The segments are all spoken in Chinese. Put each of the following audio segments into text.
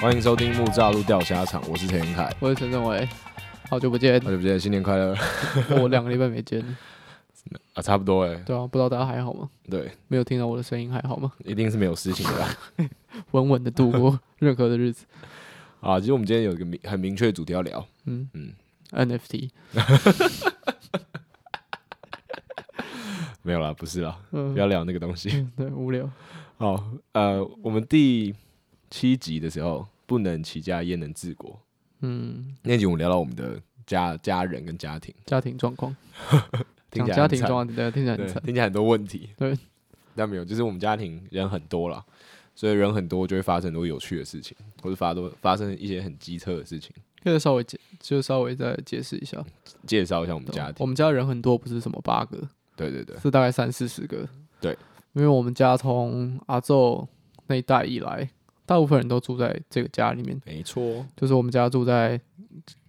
欢迎收听木栅路钓虾场，我是陈彦凯，我是陈政伟，好久不见， 好久不见，新年快乐我两个礼拜没见，啊，差不多哎，对啊，不知道大家还好吗？对，没有听到我的声音还好吗？ 一定是没有事情的啦。稳稳的度过任何的日子。 啊，其实我们今天有一个明很明确的主题要聊，嗯嗯嗯，NFT，没有啦，不是啦，嗯不，要聊那个东西。嗯对，无聊，好，呃，我们第七集的时候，不能起家焉能治国，嗯，那集我们聊到我们的家家人跟家庭，家庭状况，听讲起来家很庭惨状况，对，听起来很对，惨，听起来很多问题，对，但没有，就是我们家庭人很多啦，所以人很多就会发生很多有趣的事情，或者发多发生一些很机车的事情。可以稍微解，就稍微再解释一下。介绍一下我们对家啊庭，我们家人很多，不是什么八个，对对对，是大概三四十个。对，因为我们家从阿昼那一代以来，大部分人都住在这个家里面，没错，就是我们家住在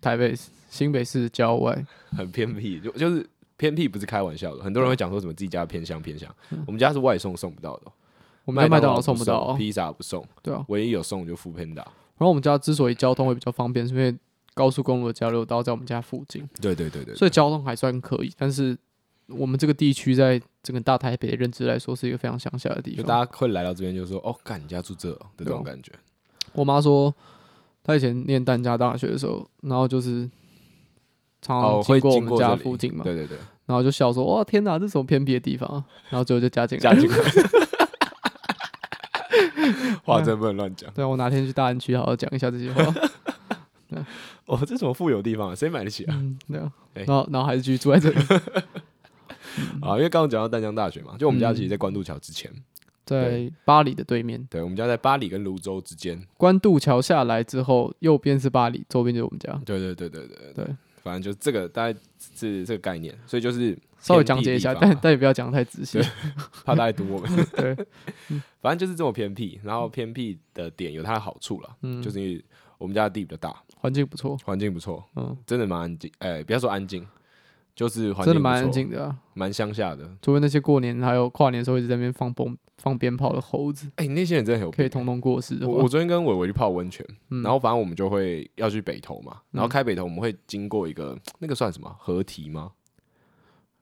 台北市新北市郊外，很偏僻，就就是偏僻不是开玩笑的，很多啊人会讲说什么自己家偏乡偏乡，我们家是外送送不到的哦，嗯我们家麦当劳送送不到哦、披萨不送，对啊。唯一有送就 food panda，然后我们家之所以交通会比较方便，是因为高速公路的交流道在我们家附近，对对对对，所以交通还算可以。但是我们这个地区在整个大台北的认知来说，是一个非常乡下的地就方。大家会来到这边就说哦，干你家住这哦的这种感觉，我妈说，她以前念淡江大学的时候，然后就是常哦常会经过我经们过家这里附近嗯嘛，对对对，然后就笑说：“哇，天哪，这是什么偏僻的地方、啊？”然后最后就加进 来家。境，话真不能乱讲。对啊，我哪天去大安区好好讲一下这些话。哦，这什么富有地方啊？谁买得起啊？嗯，对啊，哎然后然后还是继续住在这 里，啊，因为刚刚讲到淡江大学嘛，就我们家嗯其实在关渡桥之前，在巴黎的对面，对，我们家在巴黎跟泸州之间，关渡桥下来之后，右边是巴黎，左边就是我们家。对对对对对对，反正就这个大概是这个概念，所以就是 稍微讲解一下，偏僻地但 方但也不要讲得太仔细。怕大家读我们， 对，反正就是这么偏僻，然后偏僻的点有它的好处了，嗯，就是因为我们家的地比较大，环境不错，环境不错，嗯，真的蛮安静，哎、不要说安静，就是环境真的不蛮安错，静的啊。蛮乡下的，除非那些过年还有跨年的时候一直在那边放bomb 放鞭炮的猴子，哎、那些人真的很有可以病通通过世的我我话，昨天跟伟伟去泡温泉，嗯然后反正我们就会要去北投嘛，然后嗯开北投我们会经过一个那个算什么河堤吗？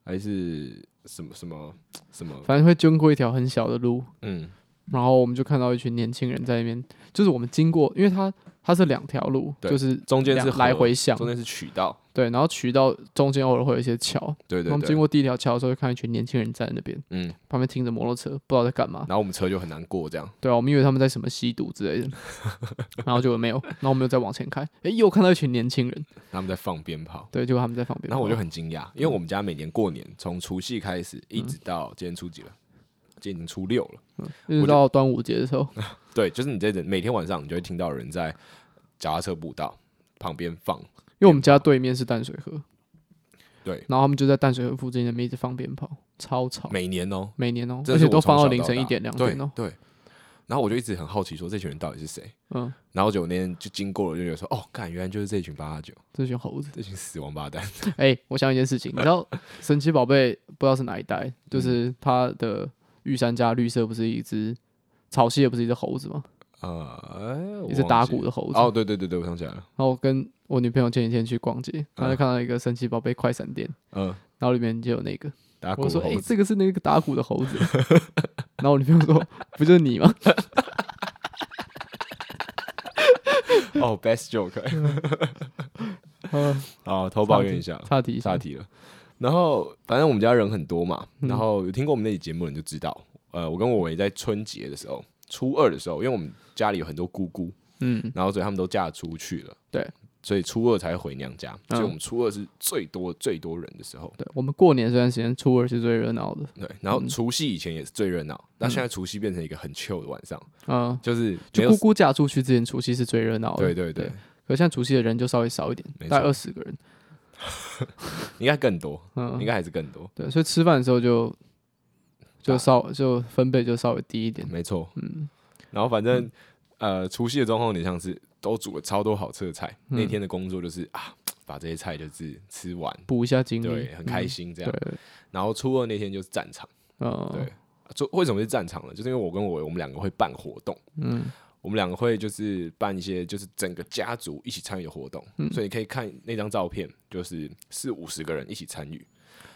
还是什么什么什么？反正会经过一条很小的路，嗯，然后我们就看到一群年轻人在那边，就是我们经过，因为它它是两条路，对就是中间两是河来回向，中间是渠道，对，然后渠道中间偶尔会有一些桥，对对我们对经，过第一条桥的时候，就看到一群年轻人站在那边，嗯，旁边停着摩托车，不知道在干嘛然。后我们车就很难过这样。对啊，我们以为他们在什么吸毒之 类的，然后就没有，然后我们又再往前开，诶，又看到一群年轻人，他们在放鞭炮，对，嗯结果他们在放鞭炮。然后我就很惊讶，因为我们家每年过年从除夕开始，嗯一直到今天初几了？今天已经初六了。一直到端午节的时候，对，就是你在人每天晚上，你就会听到有人在脚踏车步道旁边放。因为我们家对面是淡水河，对，然后他们就在淡水河附近那边一直放鞭炮，超吵，每年哦，每年哦、这而是且我都放从小到到凌晨大一点两对点哦、对。然后我就一直很好奇，说这群人到底是谁？嗯，然后就那天就经过了，就觉得说，哦，干，原来就是这群八八九，这群猴子。这群死王八 蛋。哎、我想一件事情，你 知道神奇宝贝不知道是哪一代，就是它的御三家绿色不是一只草系的不是一只猴子吗？呃，一只打鼓的猴子。哦，对对对对，我想起来了。然后我跟我女朋友前几天去逛街，然后就看到一个神奇宝贝快闪店，嗯，然后里面就有那个，打鼓我的说哎、猴子，这个是那个打鼓 的猴子。然后我女朋友说不就是你吗？哦，best joke，嗯，好，啊偷抱怨一下， 差题岔题，题了。然后反正我们家人很多嘛，嗯然后有听过我们那期节目的人就知道，呃，我跟我伟在春节的时候，初二的时候，因为我们家里有很多姑姑，嗯，然后所以他们都嫁出去了，对，所以初二才回娘家，嗯所以我们初二是最多最多人的时候，对，我们过年这段时间初二是最热闹的，对。然后除夕以前也是最热闹，那、现在除夕变成一个很 chill 的晚上，嗯，就是没就有姑姑嫁出去之前除夕是最热闹的，对对对，对可现在除夕的人就稍微少一点没，大概错二十个人，应该更多，嗯，应该还是更多，对，所以吃饭的时候就大就稍就分贝就稍微低一点。没错。嗯，然后反正、呃，除夕的状况有点像是都煮了超多好吃的菜，嗯那天的工作就是啊，把这些菜就是吃完，补一下精力，对，很开心这嗯。样。对，然后初二那天就是战场，啊嗯，对，就为什么是战场呢？就是因为我跟我我们两个会办活动，嗯，我们两个会就是办一些就是整个家族一起参与的活动，嗯所以你可以看那张照片，就是四五十个人一起参与。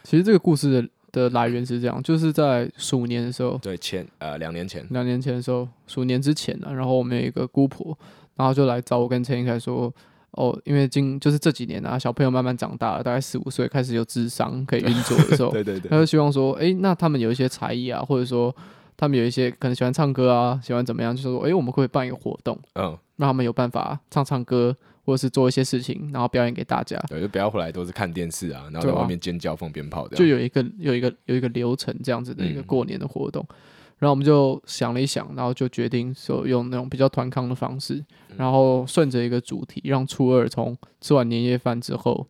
其实这个故事的的来源是这样，就是在鼠年的时候，对，前呃两年前，两年前的时候，鼠年之前呢、然后我们有一个姑婆，然后就来找我跟陈英凯说，哦，因为今就是这几年啊，小朋友慢慢长大了，大概四五岁开始有智商可以运作的时候，对对 对他，就希望说，诶，那他们有一些才艺啊，或者说他们有一些可能喜欢唱歌啊，喜欢怎么样，就说，诶，我们会办一个活动，嗯，让他们有办法唱唱歌，或者是做一些事情，然后表演给大家。对，就不要回来都是看电视啊，然后在对啊外面尖叫放鞭炮这就样。有一个有一个有一个流程这样子的一个啊嗯过年的活动。然后我们就想了一想，然后就决定说用那种比较团康的方式，嗯然后顺着一个主题，让初二从吃完年夜饭之后，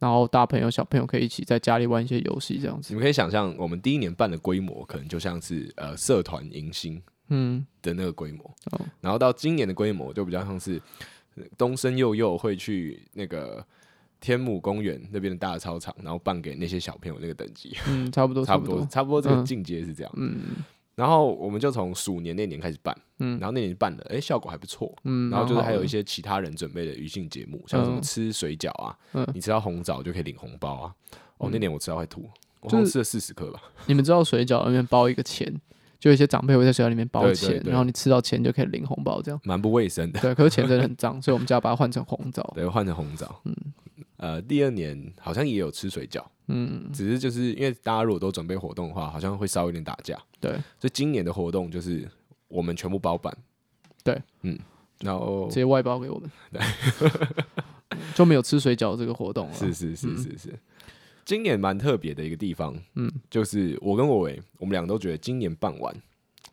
然后大朋友小朋友可以一起在家里玩一些游戏这样你子。们可以想象，我们第一年办的规模可能就像是呃社团迎新嗯，的那个规模，哦然后到今年的规模就比较像是呃东升幼幼会去那个天母公园那边的大操场，然后办给那些小朋友那个等级，嗯，差不多，差不不多，差不多这个嗯境界是这样。嗯然后我们就从鼠年那年开始办，嗯，然后那年办的，哎、效果还不错。嗯。然后就是还有一些，些其他人准备的余兴节目，像什么嗯吃水饺啊，嗯你吃到红枣就可以领红包啊。哦，那年我吃到会吐，我就好像是吃了四十颗吧。你们知道水饺里面包一个钱，就有一些长辈会在水饺里面包对对钱，对。然后你吃到钱就可以领红包这样蛮不卫生的。 对，可是钱真的很脏，所以我们家把它换成红枣。对，换成红枣。嗯，呃，第二年好像也有吃水饺，嗯，只是就是因为大家如果都准备活动的话，好像会稍微有点打架，对，所以今年的活动就是我们全部包办。对，嗯，然后直接外包 给我们，就没有吃水饺这个活动了。是是是是是，今年蛮特别的一个地方，嗯嗯，就是我跟我伟，我们两个都觉得今年办完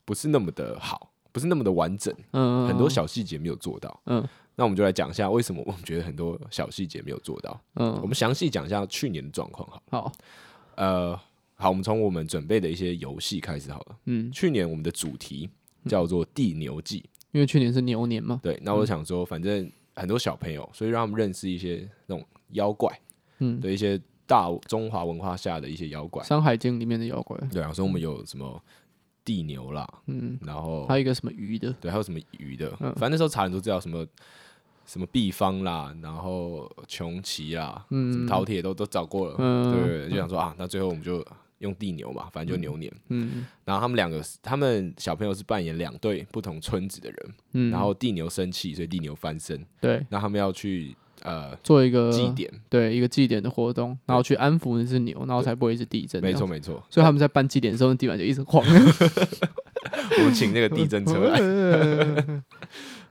不是那么的好，不是那么的完整，嗯，很多小细节没有做到。嗯那我们就来讲一下为什么我们觉得很多小细节没有做到。我嗯们详细讲一下去年的状况好了。好呃，好，我们从我们准备的一些游戏开始好了。嗯，去年我们的主题叫做“地牛记因为去年是牛年”，嘛，对，那我想说，反正很多小朋友，所以让他们认识一些那种妖怪，嗯的一些大中华文化下的一些妖怪。《山海经》里面的妖怪，对啊，所以我们有什么地牛啦，嗯，然后还有一个什么鱼的，对，还有什么鱼的，嗯反正那时候查你都知道什么什么毕方啦，然后穷奇啦，什么嗯饕餮都都找过了，嗯对对对，就想说啊，那最后我们就用地牛嘛，反正就牛年。嗯然后他们两个是，他们小朋友是扮演两对不同村子的人，嗯，然后地牛生气，所以地牛翻身，对那他们要去呃做一个祭，典，对一个祭典的活动，然后去安抚那只牛，然后才不会一直地震。没这错样，没错，所以他们在办祭典的时候，地板就一 直晃。我们请那个地震车 嗯来，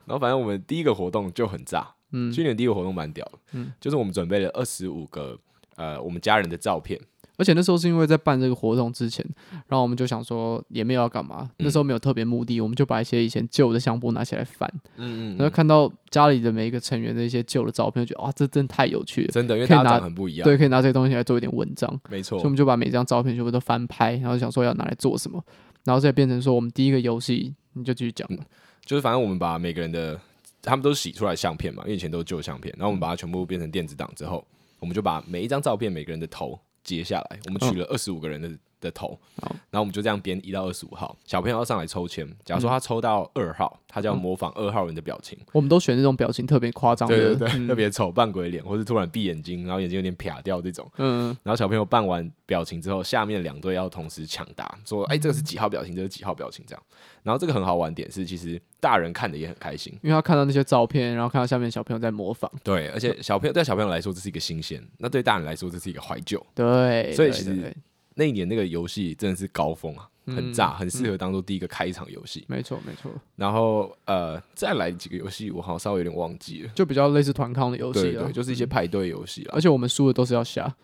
然后反正我们第一个活动就很炸， 嗯，去年第一个活动蛮屌的，就是我们准备了二十五个呃我们家人的照片，而且那时候是因为在办这个活动之前，然后我们就想说也没有要干嘛，那嗯时候没有特别目的，我们就把一些以前旧的相簿拿起来翻，嗯嗯，然后看到家里的每一个成员的一些旧的照片，就觉得哇，这真的太有趣了。真的，因为可以大家长拿很不一样，哦对，可以拿这些东西来做一点文章，所没错以我，们就把每张照片全部都翻拍，然后想说要拿来做什么，然后再变成说我们第一个游戏，你就继续讲嗯吧。就是反正我们把每个人的他们都是洗出来相片嘛，因为以前都是旧相片，然后我们把它全部变成电子档之后，我们就把每一张照片每个人的头截下来，我们取了二十五个人的、的头，好然后我们就这样编一到二十五号，小朋友要上来抽签，假如说他抽到二号，他就要模仿二号人的表情，我们都选那种表情特别夸张的，哦对对对， 特嗯别丑扮鬼脸，或是突然闭眼睛，然后眼睛有点撇掉这种。嗯，然后小朋友扮完表情之后，下面两队要同时抢答，说：“哎、这个是几号表情？这是几号表情？”这样。然后这个很好玩点是，其实大人看的也很开心，因为他看到那些照片，然后看到下面小朋友在模仿，对，而嗯且小朋友对小朋友来说这是一个新鲜，那对大人来说这是一个怀旧。对，所以对其对实对那一年那个游戏真的是高峰啊，很嗯炸，很适合当做第一个开场游戏。没错没错，然后呃，再来几个游戏，我好像稍微有点忘记了。就比较类似团康的游戏对了对，，就是一些派对游戏啊而。且我们输的都是要下。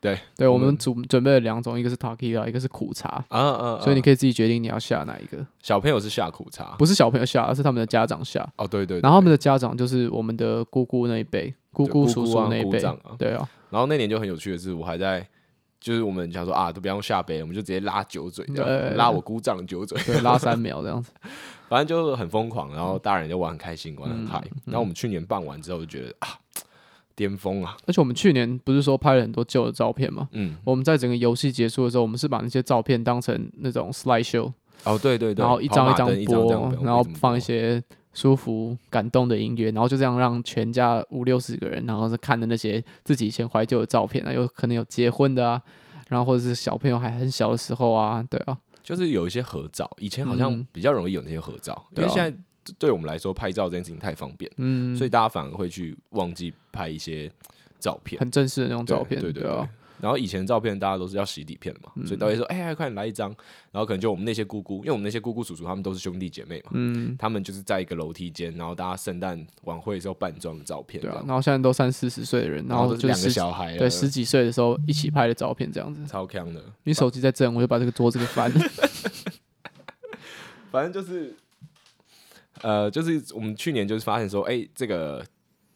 对嗯对，我我们们准准备了两种，一个是 t a k i l a 一个是苦茶，啊啊！啊所以你可以自己决定你要下哪一个。小朋友是下苦茶不是小朋友下，而是他们的家长下。哦，对对。然后他对们的家长就是我们的姑姑那一辈，姑姑姑叔啊叔那一姑辈丈啊，对啊，然后那年就很有趣的是，我还在，就是我们想说啊，都不要用下杯，我们就直接拉酒嘴，这对样拉我姑丈的酒嘴，对，拉三秒这样 子。反正就很疯狂。然后嗯大人就玩很开心，玩得很嗨、然后我们去年办完之后就觉得啊，巅峰啊，而且我们去年不是说拍了很多旧的照片吗？嗯，我们在整个游戏结束的时候，我们是把那些照片当成那种 slide show，哦对对对，然后一张跑马张灯一张播，这样然后怎么放一播些舒服、感动的音乐，然后就这样让全家五六十个人，然后是看的那些自己以前怀旧的照片啊，有可能有结婚的啊，然后或者是小朋友还很小的时候啊，对啊，就是有一些合照，以前好嗯像比较容易有那些合照，因对为啊现在对我们来说拍照这件事情太方便，嗯，所以大家反而会去忘记拍一些照片。很正式的那种啊对照片，对对啊，然后以前的照片大家都是要洗底片的嘛，嗯所以导演说：“哎、快点来一张。”然后可能就我们那些姑姑，因为我们那些姑姑叔叔他们都是兄弟姐妹嘛，嗯，他们就是在一个楼梯间，然后大家圣诞晚会的时候扮装的照片，对这啊样，然后现在都三四十岁的人，然后都是就两个是小孩了，对十几岁的时候一起拍的照片这样子。超强的，你手机在震，我就把这个桌子给翻了。 反正就是，呃，就是我们去年就是发现说，哎、这个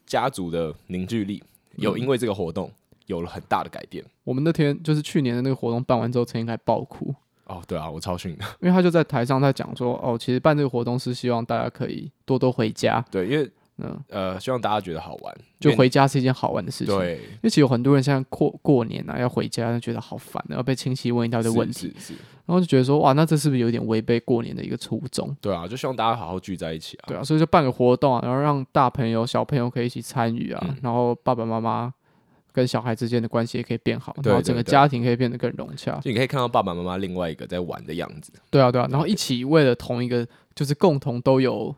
家族的凝聚力嗯有因为这个活动有了很大的改变。我们那天就是去年的那个活动办完之后，陈英凯爆哭，哦，对啊，我超逊的。因为他就在台上在讲说，哦，其实办这个活动是希望大家可以多多回家， 对，因为嗯，呃，希望大家觉得好玩，就因为回家是一件好玩的事情。对因为其实有很多人现在过过年啊，要回家就觉得好烦啊，要被亲戚问一大堆问题，是是是，然后就觉得说，哇，那这是不是有点违背过年的一个初衷？对啊，就希望大家好好聚在一起啊。对啊，所以就办个活动啊，然后让大朋友、小朋友可以一起参与啊，嗯然后爸爸妈妈跟小孩之间的关系也可以变好，对然后整个对对家庭可以变得更融洽。就你可以看到爸爸妈妈另外一个在玩的样子，对啊，对啊，然后一起为了同一个，就是共同都有，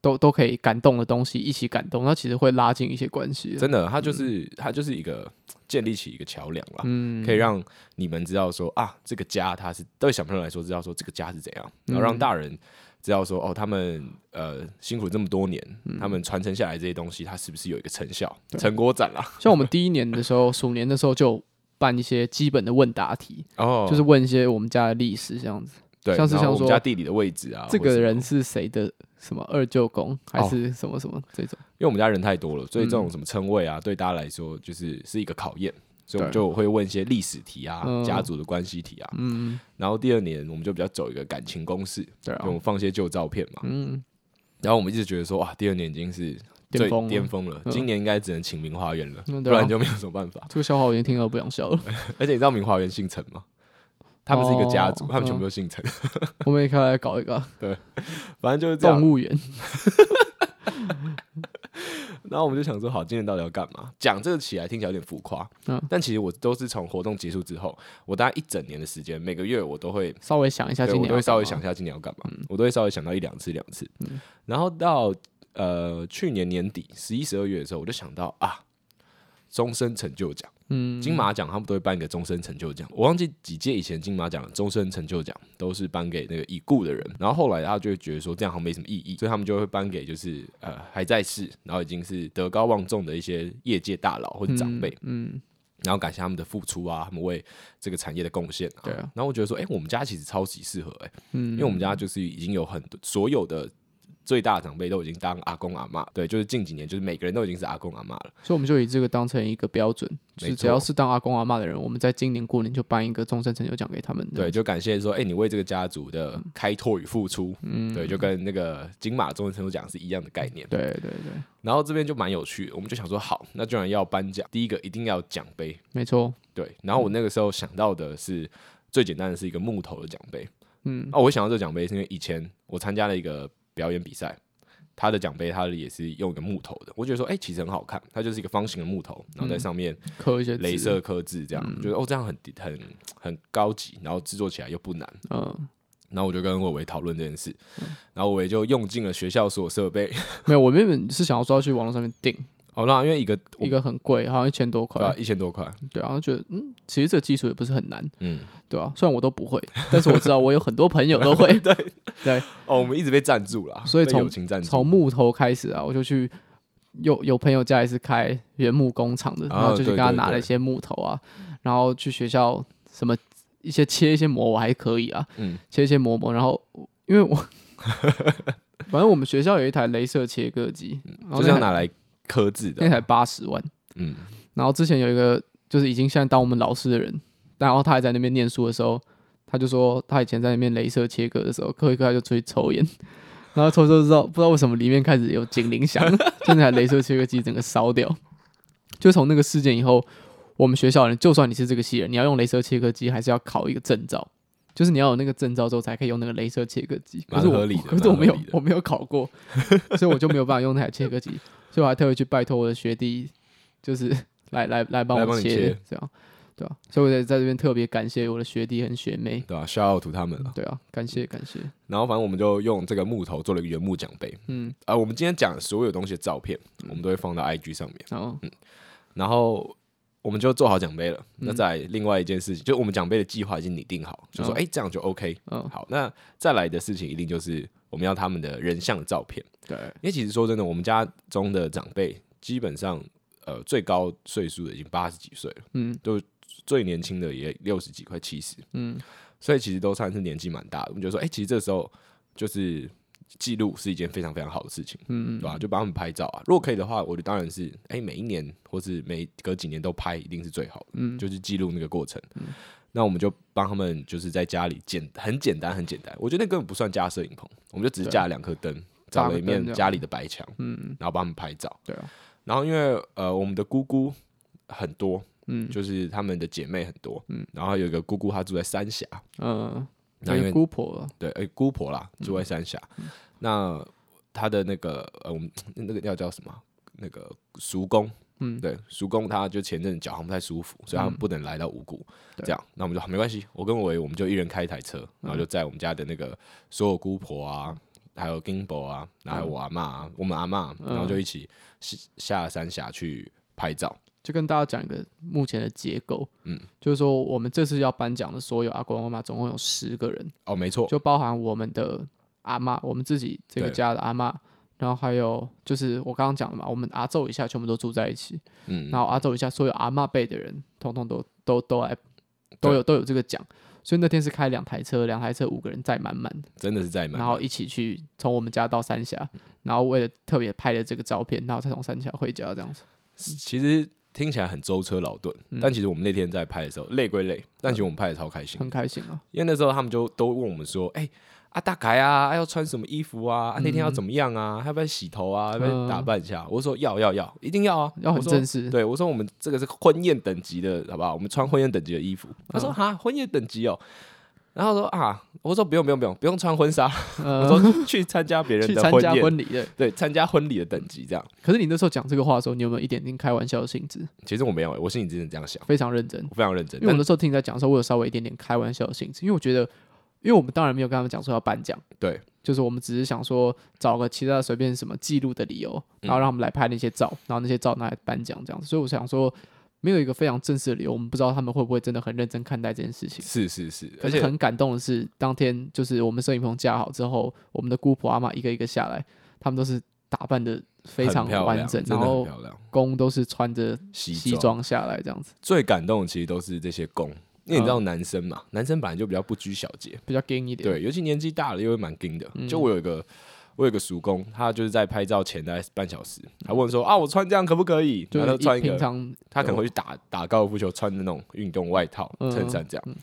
都都可以感动的东西，一起感动，那其实会拉近一些关系的。真的，它就是、它就是一个建立起一个桥梁啦，嗯，可以让你们知道说啊，这个家它是对小朋友来说知道说这个家是怎样，然后嗯让大人知道说哦，他们呃辛苦这么多年，他们传承下来这些东西，它是不是有一个成效嗯对成果展啦？像我们第一年的时候，鼠年的时候就办一些基本的问答题， 哦就是问一些我们家的历史这样子。对，像是然后像我们说家地理的位置啊，这或者个什么人，是谁的什么二舅公，还哦是什么什么这种？因为我们家人太多了，所以这种嗯什么称谓啊，对大家来说就是是一个考验。所以我们对就会问一些历史题啊、嗯家族的关系题啊，嗯，然后第二年我们就比较走一个感情攻势，就对啊我，们放一些旧照片嘛。嗯，然后我们一直觉得说，哇，第二年已经是巅最峰了巅峰了，嗯今年应该只能请明花园了，嗯不对啊然就没有什么办 法。这个笑话我已经听了不想笑了。而且你知道明花园姓陈吗？ 他们是一个家族，哦他们全部都姓陈。我们也可以来搞一个反正就是这样动。物园，然后我们就想说，好，今年到底要干嘛？讲这个起来听起来有点浮夸，嗯但其实我都是从活动结束之后，我大概一整年的时间，每个月我都会，稍微想一下对今我年都要会稍微干想嘛嗯一下今年要干嘛，我都会稍微想到一两次、两次。然后到呃去年年底十一、十二月的时候，我就想到啊，终身成就奖。嗯，金马奖他们都会颁一个终身成就奖，我忘记几届以前金马奖的终身成就奖都是颁给那个已故的人，然后后来他就会觉得说这样好像没什么意义，所以他们就会颁给就是呃还在世，然后已经是德高望重的一些业界大佬或者长辈，嗯，嗯，然后感谢他们的付出啊，他们为这个产业的贡献、啊。对啊，然后我觉得说，哎、我们家其实超级适合、哎，嗯因为我们家就是已经有很多所有的。最大的长辈都已经当阿公阿妈，对，就是近几年，就是每个人都已经是阿公阿妈了。所以我们就以这个当成一个标准，就没是只错要是当阿公阿妈的人，我们在今年过年就颁一个终身成就奖给他们。对，，就感谢说，哎、你为这个家族的开拓与付出，嗯，对，就跟那个金马中文程度奖是一样的概念。对对对，然后这边就蛮有趣的，我们就想说，好，那既然要颁奖，第一个一定要奖杯，没错，对。然后我那个时候想到的是、最简单的是一个木头的奖杯，嗯，哦，我想到这个奖杯是因为以前我参加了一个表演比赛。它的奖杯，它也是用一个木头的，我觉得说，哎、其实很好看，它就是一个方形的木头，然后嗯在上面刻一些镭字，射刻字，这样、嗯觉得哦，这样很很很高级，然后制作起来又不难，嗯，然后我就跟伟伟讨论这件事，然后伟伟就用尽了学校所有设备。 没有，我原本是想要说要去网络上面订哦，那因为一个一个很贵，好像一千多对啊块，一千多块，对啊，然后觉得嗯，其实这个技术也不是很难，嗯，对啊，虽然我都不会，但是我知道我有很多朋友都会，对对，嗯 哦，我们一直被赞助啦，所以被从友情赞助从木头开始啊，我就去有有朋友家也是开原木工厂的，哦然后就去跟他对对拿了对一些木头啊，然后去学校什么一些切一些膜我还可以啊，嗯切一些膜膜，然后因为我 反正我们学校有一台镭射切割机，然嗯后就是那要台拿来刻字那台的，啊八十万，嗯，然后之前有一个就是已经现在当我们老师的人，然后他还在那边念书的时候，他就说他以前在那边镭射切割的时候，刻一刻他就出去抽烟， 然后抽抽抽到不知道为什么里面开 始有警铃响，就那台镭射切割机整个烧掉。就从那个事件以后，我们学校人就算你是这个系人，你要用镭射切割机，还是要考一个证照，就是你要有那个证照之后才可以用那个镭射切割机。可蛮是我合理的 可是我蛮合没有理的我没有考过，所以我就没有办法用那台切割机，所以我还特别去拜托我的学弟，就是来来来帮来我帮你切这样，对啊，所以我在在这边特别感谢我的学弟和学妹，对吧、啊需要 t 他们了。对啊，感谢感谢，然后反正我们就用这个木头做了一个原木奖杯。嗯，啊、我们今天讲的所有东西的照片，我们都会放到 IG 上面。然后然后我们就做好奖杯了。那嗯再来另外一件事情，就我们奖杯的计划已经拟定好，就说嗯哎、诶这样就 OK。嗯，好，那再来的事情一定就是我们要他们的人像照片，对，因为其实说真的，我们家中的长辈基本上呃最高岁数的已经八十几岁了，嗯最年轻的也六十几快七十，嗯所以其实都算是年纪蛮大的。我们就说，哎、其实这时候就是记录是一件非常非常好的事情。嗯，对吧、就帮他们拍照啊。如果可以的话，我就当然是哎、每一年或是每隔几年都拍，一定是最好的，嗯就是记录那个过程。那我们就帮他们就是在家里简很简单很简单，我觉得那根本不算加摄影棚，我们就只是对架了两颗灯，找了一搭个灯面这样家里的白墙，嗯，然后帮他们拍照。对啊，然后因为呃我们的姑姑很多，嗯就是他们的姐妹很多，嗯然后有一个姑姑她住在三峡，嗯，那因为有姑婆了，对，哎、姑婆啦，嗯住在山下。那她的那个呃，我们那个要叫什么？那个叔公，嗯，对，叔公他就前阵子脚好像不太舒服，所以他嗯不能来到五谷。对嗯这样，那我们就好没关系，我跟伟我们就一人开一台车，然后就载我们家的那个所有姑婆啊，还有金伯嗯啊，然后还有我阿妈、啊，我们阿妈，然后就一起下下山峡去拍照。就跟大家讲一个目前的结构，嗯，就是说我们这次要颁奖的所有阿公阿妈总共有十个人，哦，没错，就包含我们的阿妈，我们自己这个对家的阿妈，然后还有就是我刚刚讲的嘛，我们阿昼以下全部都住在一起，嗯，然后阿昼以下所有阿妈辈的人，通通都都都来都有都有这个奖，所以那天是开两台车，两台车五个人载满满的，真的是在满嗯然后一起去从我们家到三峡，然后为了特别拍了这个照片，然后再从三峡回家这样子，其实听起来很舟车劳顿，嗯但其实我们那天在拍的时候累归累，但其实我们拍的超开心，很开心啊，因为那时候他们就都问我们说：“哎、啊大凯啊，啊要穿什么衣服啊？啊那天要嗯怎么样啊？要不要洗头啊？要不要打扮一下？”我说：“要要要，一定要啊！要很我说正式，对，我说我们这个是婚宴等级的，好不好？我们穿婚宴等级的衣服。嗯他说：“哈，婚宴等级哦。”然后说：“啊，我说不用不用不用，不用穿婚纱。呃我，说：“去参加别人去的参婚加宴，婚礼对。对，参加婚礼的等级这样。可是你那时候讲这个话的时候，你有没有一点点开玩笑的性质？”其实我没有、我心里真的这样想，非常认真。我非常认真。因为我但那时候听你在讲的时候，我有稍微一点点开玩笑的性质，因为我觉得，因为我们当然没有跟他们讲说要颁奖，对，就是我们只是想说找个其他的随便什么记录的理由，然嗯后让他们来拍那些照，然后那些照拿来颁奖这样子。所以我想说，没有一个非常正式的理由，我们不知道他们会不会真的很认真看待这件事情。是是是，可而是且很感动的是，当天就是我们摄影棚架好之后，我们的姑婆阿妈一个一个下来，他们都是打扮的非很常漂完亮整，真然的很后漂亮。公都是穿着西西装下来这样子，最感动的其实都是这些公，因为你知道嗯男生嘛，男生本来就比较不拘小节，比较 gay 一点。对，尤其年纪大了又会蛮硬的。嗯就我有一个我有一个叔公，他就是在拍照前大概半小时，他问说啊，我穿这样可不可以？就然后是他穿一平个， 常他可能会去打打高尔夫球，穿的那种运动外套、嗯衬衫这样。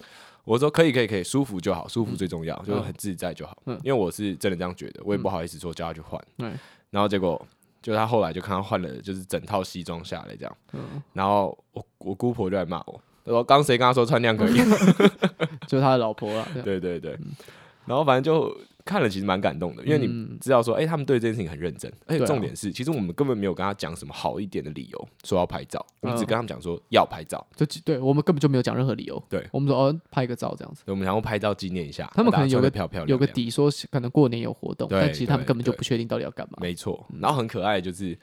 我说可以，可以，可以，舒服就好，舒服最重要，就是很自在就好。嗯因为我是真的这样觉得，我也不好意思说叫他去换。对然后结果就他后来就看他换了，就是整套西装下来这样。嗯然后我我姑婆就来骂我，她说刚谁跟他说穿那样可以？嗯就是他的老婆了，啊这 样对对对，然后反正就看了其实蛮感动的，因为你知道说，哎、他们对这件事情很认真，而且嗯对啊重点是，其实我们根本没有跟他讲什么好一点的理由说要拍照，我们嗯只跟他们讲说要拍照，就对我们根本就没有讲任何理由。对我们说哦，拍个照这样子，所以我们想要拍照纪念一下，啊他们可能大家有个穿得漂漂亮有个亮底说是可能过年有活动，对但其实他们对根本就对不确定到底要干嘛。嗯没错，然后很可爱，就是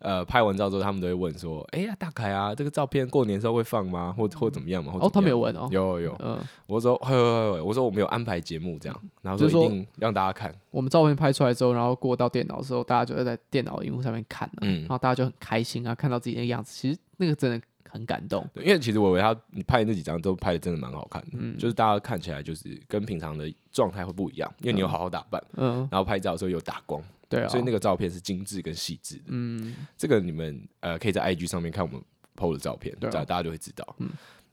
呃，拍完照之后，他们都会问说，哎、呀，大凯啊，这个照片过年的时候会放吗？或或怎么样吗？或哦，他们有有。问哦，有有，嗯，我说，嘿嘿嘿，我说我们有安排节目这样，然后就说是说一定让大家看，我们照片拍出来之后，然后过到电脑的时候，大家就会在电脑荧幕上面看啊，嗯然后大家就很开心啊，看到自己的样子，其实那个真的很感动。对，因为其实我以为他你拍的那几张都拍的真的蛮好看的，嗯就是大家看起来就是跟平常的状态会不一样，因为你有好好打扮，嗯，然后拍照的时候有打光，对啊，所以那个照片是精致跟细致的。嗯，这个你们呃可以在 IG 上面看我们 PO 的照片，对啊大、大家就会知道。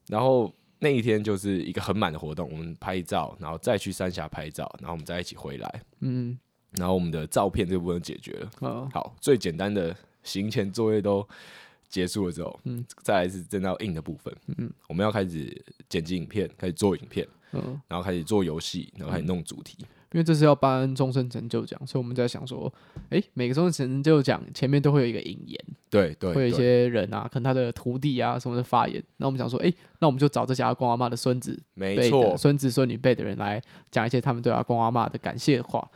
然后那一天就是一个很满的活动，我们拍照，然后再去三峡拍照，然后我们再一起回来，嗯，然后我们的照片这部分解决了。嗯，好，最简单的行前作业都结束了之后，嗯，再来是真到硬的部分，嗯，我们要开始剪辑影片，开始做影片，嗯，然后开始做游戏，然后开始弄主题。因为这是要颁终身成就奖，所以我们在想说，诶，每个终身成就奖前面都会有一个引言，对对，会有一对些人啊，可能他的徒弟啊什么的发言。那我们想说，诶，那我们就找这些阿公阿妈的孙子没辈错的，孙子孙女辈的人来讲一些他们对阿公阿妈的感谢话。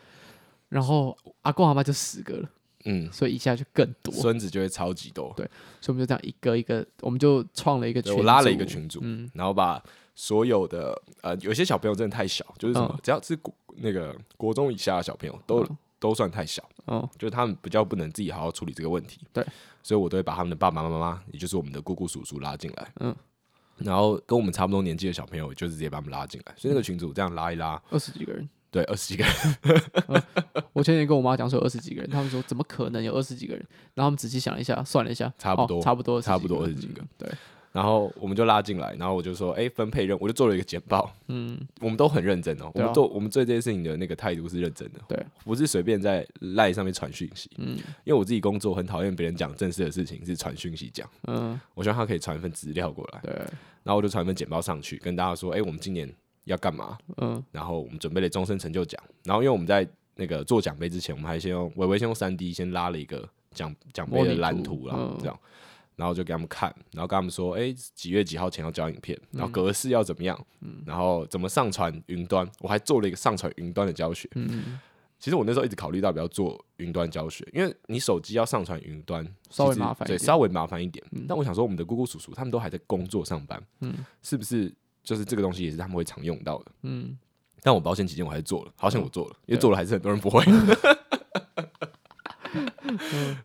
然后阿公阿妈就十个了，嗯，所以一下就更多，所孙子就会超级多。以我们就这样一个一个，我们就创了一个对群，我拉了一个，群组，嗯，然后把所有的呃，有些小朋友真的太小，就是什么，嗯只要是国那个国中以下的小朋友都、嗯都算太小，哦，就是他们比较不能自己好好处理这个问题。对，所以我都会把他们的爸爸妈妈，也就是我们的姑姑叔叔拉进来，嗯，然后跟我们差不多年纪的小朋友，就是直接把他们拉进来，所以那个群组这样拉一拉，二十几个人。对，二十几个人，我前几天跟我妈讲说有二十几个人，他们说怎么可能有二十几个人？然后他们仔细想了一下，算了一下，差不哦多差不多，差不多二二十十几个嗯对，然后我们就拉进来，然后我就说，哎、分配任务，我就做了一个简报。嗯，我们都很认真哦，我对啊们做我们对这件事情的那个态度是认真的，对，啊不是随便在赖上面传讯息。嗯因为我自己工作很讨厌别人讲正式的事情是传讯息讲，嗯，我希望他可以传一份资料过来，对，然后我就传一份简报上去，跟大家说，哎、我们今年要干嘛，嗯然后我们准备了终身成就奖，然后因为我们在那个做奖杯之前，我们还先用伟伟先用三 D 先拉了一个奖奖杯模的拟蓝图图啊啦，嗯这样，然后就给他们看，然后跟他们说，哎、几月几号前要交影片，然后格式要怎么样，然后怎么上传云端，我还做了一个上传云端的教学，嗯，其实我那时候一直考虑到底要做云端教学，因为你手机要上传云端，稍微其实麻烦一对，点稍微麻烦一点。但我想说，我们的姑姑叔叔他们都还在工作上班，嗯是不是就是这个东西也是他们会常用到的？嗯，但我保险起见，我还是做了，好险我做了，因为对做了还是很多人不 会。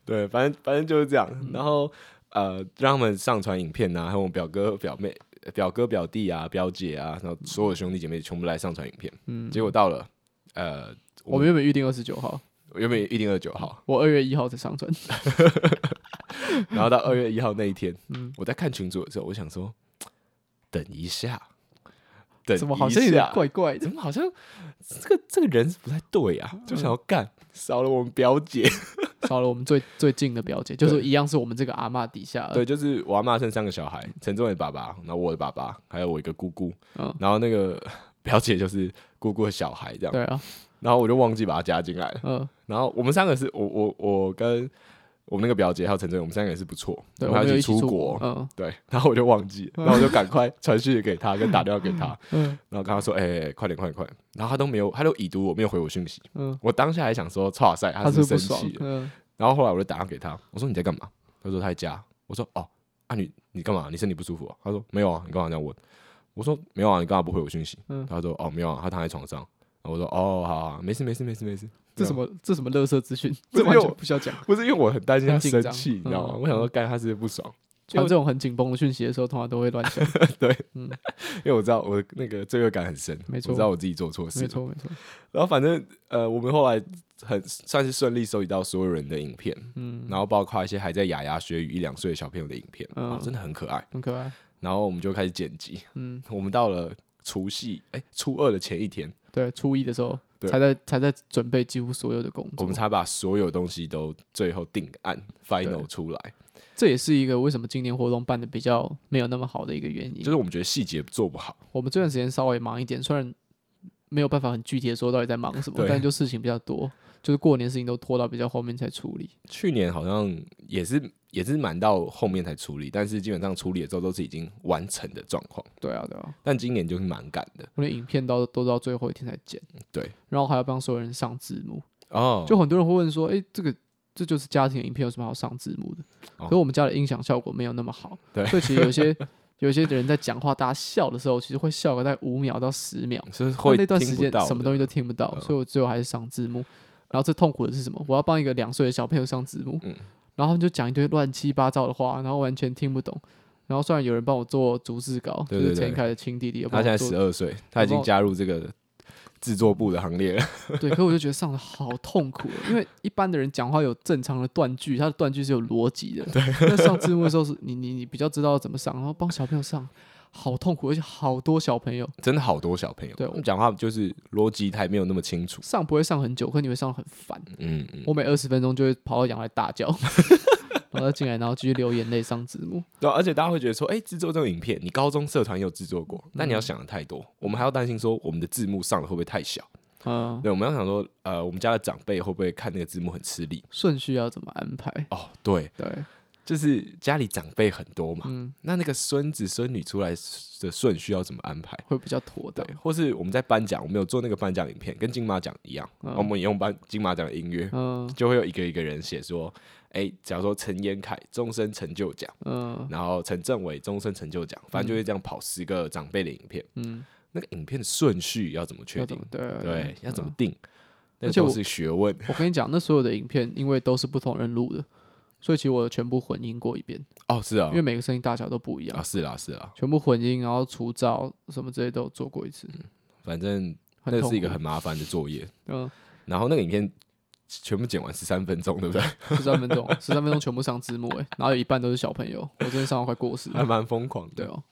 对，反正反正就是这样。嗯然后呃，让他们上传影片啊，还有我表哥表妹、表哥表弟啊、表姐啊，然后所有兄弟姐妹全部来上传影片。嗯结果到了呃，我们原本预定二十九号，原本一零二九 号。我二月一号才上传，然后到二月一号那一天，嗯我在看群组的时候，我想说，等一下，等怎么好一像有点下怪怪的怎？么好像这个这个人是不太对啊，嗯就想要干，少了我们表姐，少了我们最 最近的表姐，就是一样是我们这个阿嬷底下，对，，就是我阿妈生三个小孩，陈忠伟的爸爸，然后我的爸爸，还有我一个姑姑，嗯然后那个 表姐就是姑姑的小孩这样，对啊，然后我就忘记把她加进来了，嗯，然后我们三个是我我我跟我们那个表姐还有陈忠伟，我们三个人是不错，对，我们我们还有一一起出国，嗯对，然后我就忘记，然后我就赶快传讯给他，跟打电话给他， 嗯然后跟他说：“哎、哎哎快点，快点，快点！”然后他都没有，他都已读我，没有回我讯息。嗯，我当下还想说：“哇塞，他是是不不是生爽气，了嗯，？”然后后来我就打电话给他，我说：“你在干嘛？”他说：“他在家。”我说：“哦，啊你你干嘛？你身体不舒服、啊？”他说：“没有啊，你干嘛这样问？”我说：“没有啊，你干嘛不回我讯息？”嗯他说：“哦，没有啊，他躺在床上。”然后我说：“哦，好、啊，没事，没事，没事，没事。”这对啊什么这什么乐色资讯，不是这完因为全我不需要讲。不是因为我很担心他很紧生张气，你知道吗？嗯我想说，干他是不是不爽，传这种很紧绷的讯息的时候，通常都会乱 想，因为我知道我的那个罪恶感很深，没错我知道我自己做错事没了。错没错，然后反正呃，我们后来很算是顺利收集到所有人的影片，嗯，然后包括一些还在牙牙学语一两岁的小朋友的影片，嗯啊，真的很可爱。很可爱，然后我们就开始剪辑，嗯。我们到了除夕，哎，初二的前一天，对，初一的时候对才在才在准备几乎所有的工我作们。才把所有东西都最后定案 final 出来，这也是一个为什么今年活动办的比较没有那么好的一个原因。就是我们觉得细节做不好，我们这段时间稍微忙一点，虽然没有办法很具体的说到底在忙什么对，但就事情比较多，就是过年事情都拖到比较后面才处理。去年好像也是也是蛮到后面才处理，但是基本上处理的时候都是已经完成的状况，对啊，对啊，但今年就是蛮赶的我连影片到都到最后一天才剪。嗯对，然后还要帮所有人上字幕，哦，就很多人会问说：“诶，这个这就是家庭影片，有什么好上字幕的？”哦可是我们家的音响效果没有那么好，对所以其实有些有些人在讲话，大家笑的时候，其实会笑个大概五秒到十秒，是会那段听时不间到什么的东西都听不到，嗯所以我最后还是上字幕。然后最痛苦的是什么？我要帮一个两岁的小朋友上字幕，嗯然后他们就讲一堆乱七八糟的话，然后完全听不懂。然后虽然有人帮我做逐字稿，对就对是对陈凯的亲弟弟，有他帮现我在做十，二岁，他已经帮我加入这个制作部的行列了。 对，可是我就觉得上的好痛苦哦，因为一般的人讲话有正常的断句，他的断句是有逻辑的，对。那上字幕的时候是你你你比较知道怎么上，然后帮小朋友上，好痛苦，而且好多小朋友真的好多小朋友，对我们讲话就是逻辑还没有那么清楚。上不会上很久，可你会上的很烦。嗯嗯，我每二十分钟就会跑到阳台大叫， 然后再进来，然后继续流眼泪上字 幕。对啊、而且大家会觉得说，哎、制作这种影片，你高中社团也有制作过，但嗯你要想的太多，我们还要担心说我们的字幕上的会不会太小？嗯，对，我们要想说，呃，我们家的长辈会不会看那个字幕很吃力？顺序要怎么安排？哦，对，对，就是家里长辈很多嘛，嗯，那那个孙子孙女出来的顺序要怎么安排？会比较妥当对。，或是我们在颁奖，我们有做那个颁奖影片，跟金马奖一样，嗯我们也用颁金马奖的音乐，嗯就会有一个一个人写说，哎、假如说陈延凯终身成就奖，嗯然后陈政伟终身成就奖，反正就会这样跑十个长辈的影片，嗯，那个影片的顺序要怎么确要怎定么？对对，要怎么嗯定？那而个且都我是学问。我跟你讲，那所有的影片因为都是不同人录的，所以其实我全部混音过一遍，哦，是啊因为，每个声音大小都不一样啊，，是啦，是啦，全部混音，然后除噪什么之类都有做过一次，反正很嗯那痛是一个苦很麻烦的作业。嗯然后那个影片全部剪完十三分钟，对不对？十三分钟，十三分钟全部上字幕、欸，然后有一半都是小朋友，我真的上到快 过世还了。蛮疯狂对的。哦，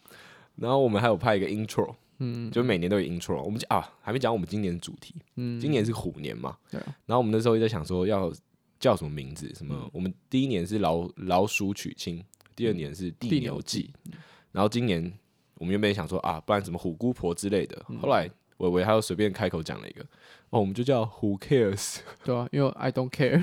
然后我们还有拍一个 intro，嗯就每年都有 intro。我们啊，还没讲我们今年的主题，嗯，今年是虎年嘛。对啊，嗯然后我们那时候也在想说要叫什么名字，什么？我们第一年是老老鼠娶亲，第二年是地牛记，然后今年我们原本也想说啊，不然什么虎姑婆之类的。嗯后来伟伟他又随便开口讲了一个，哦，我们就叫 Who Cares。对啊，因为 I don't care，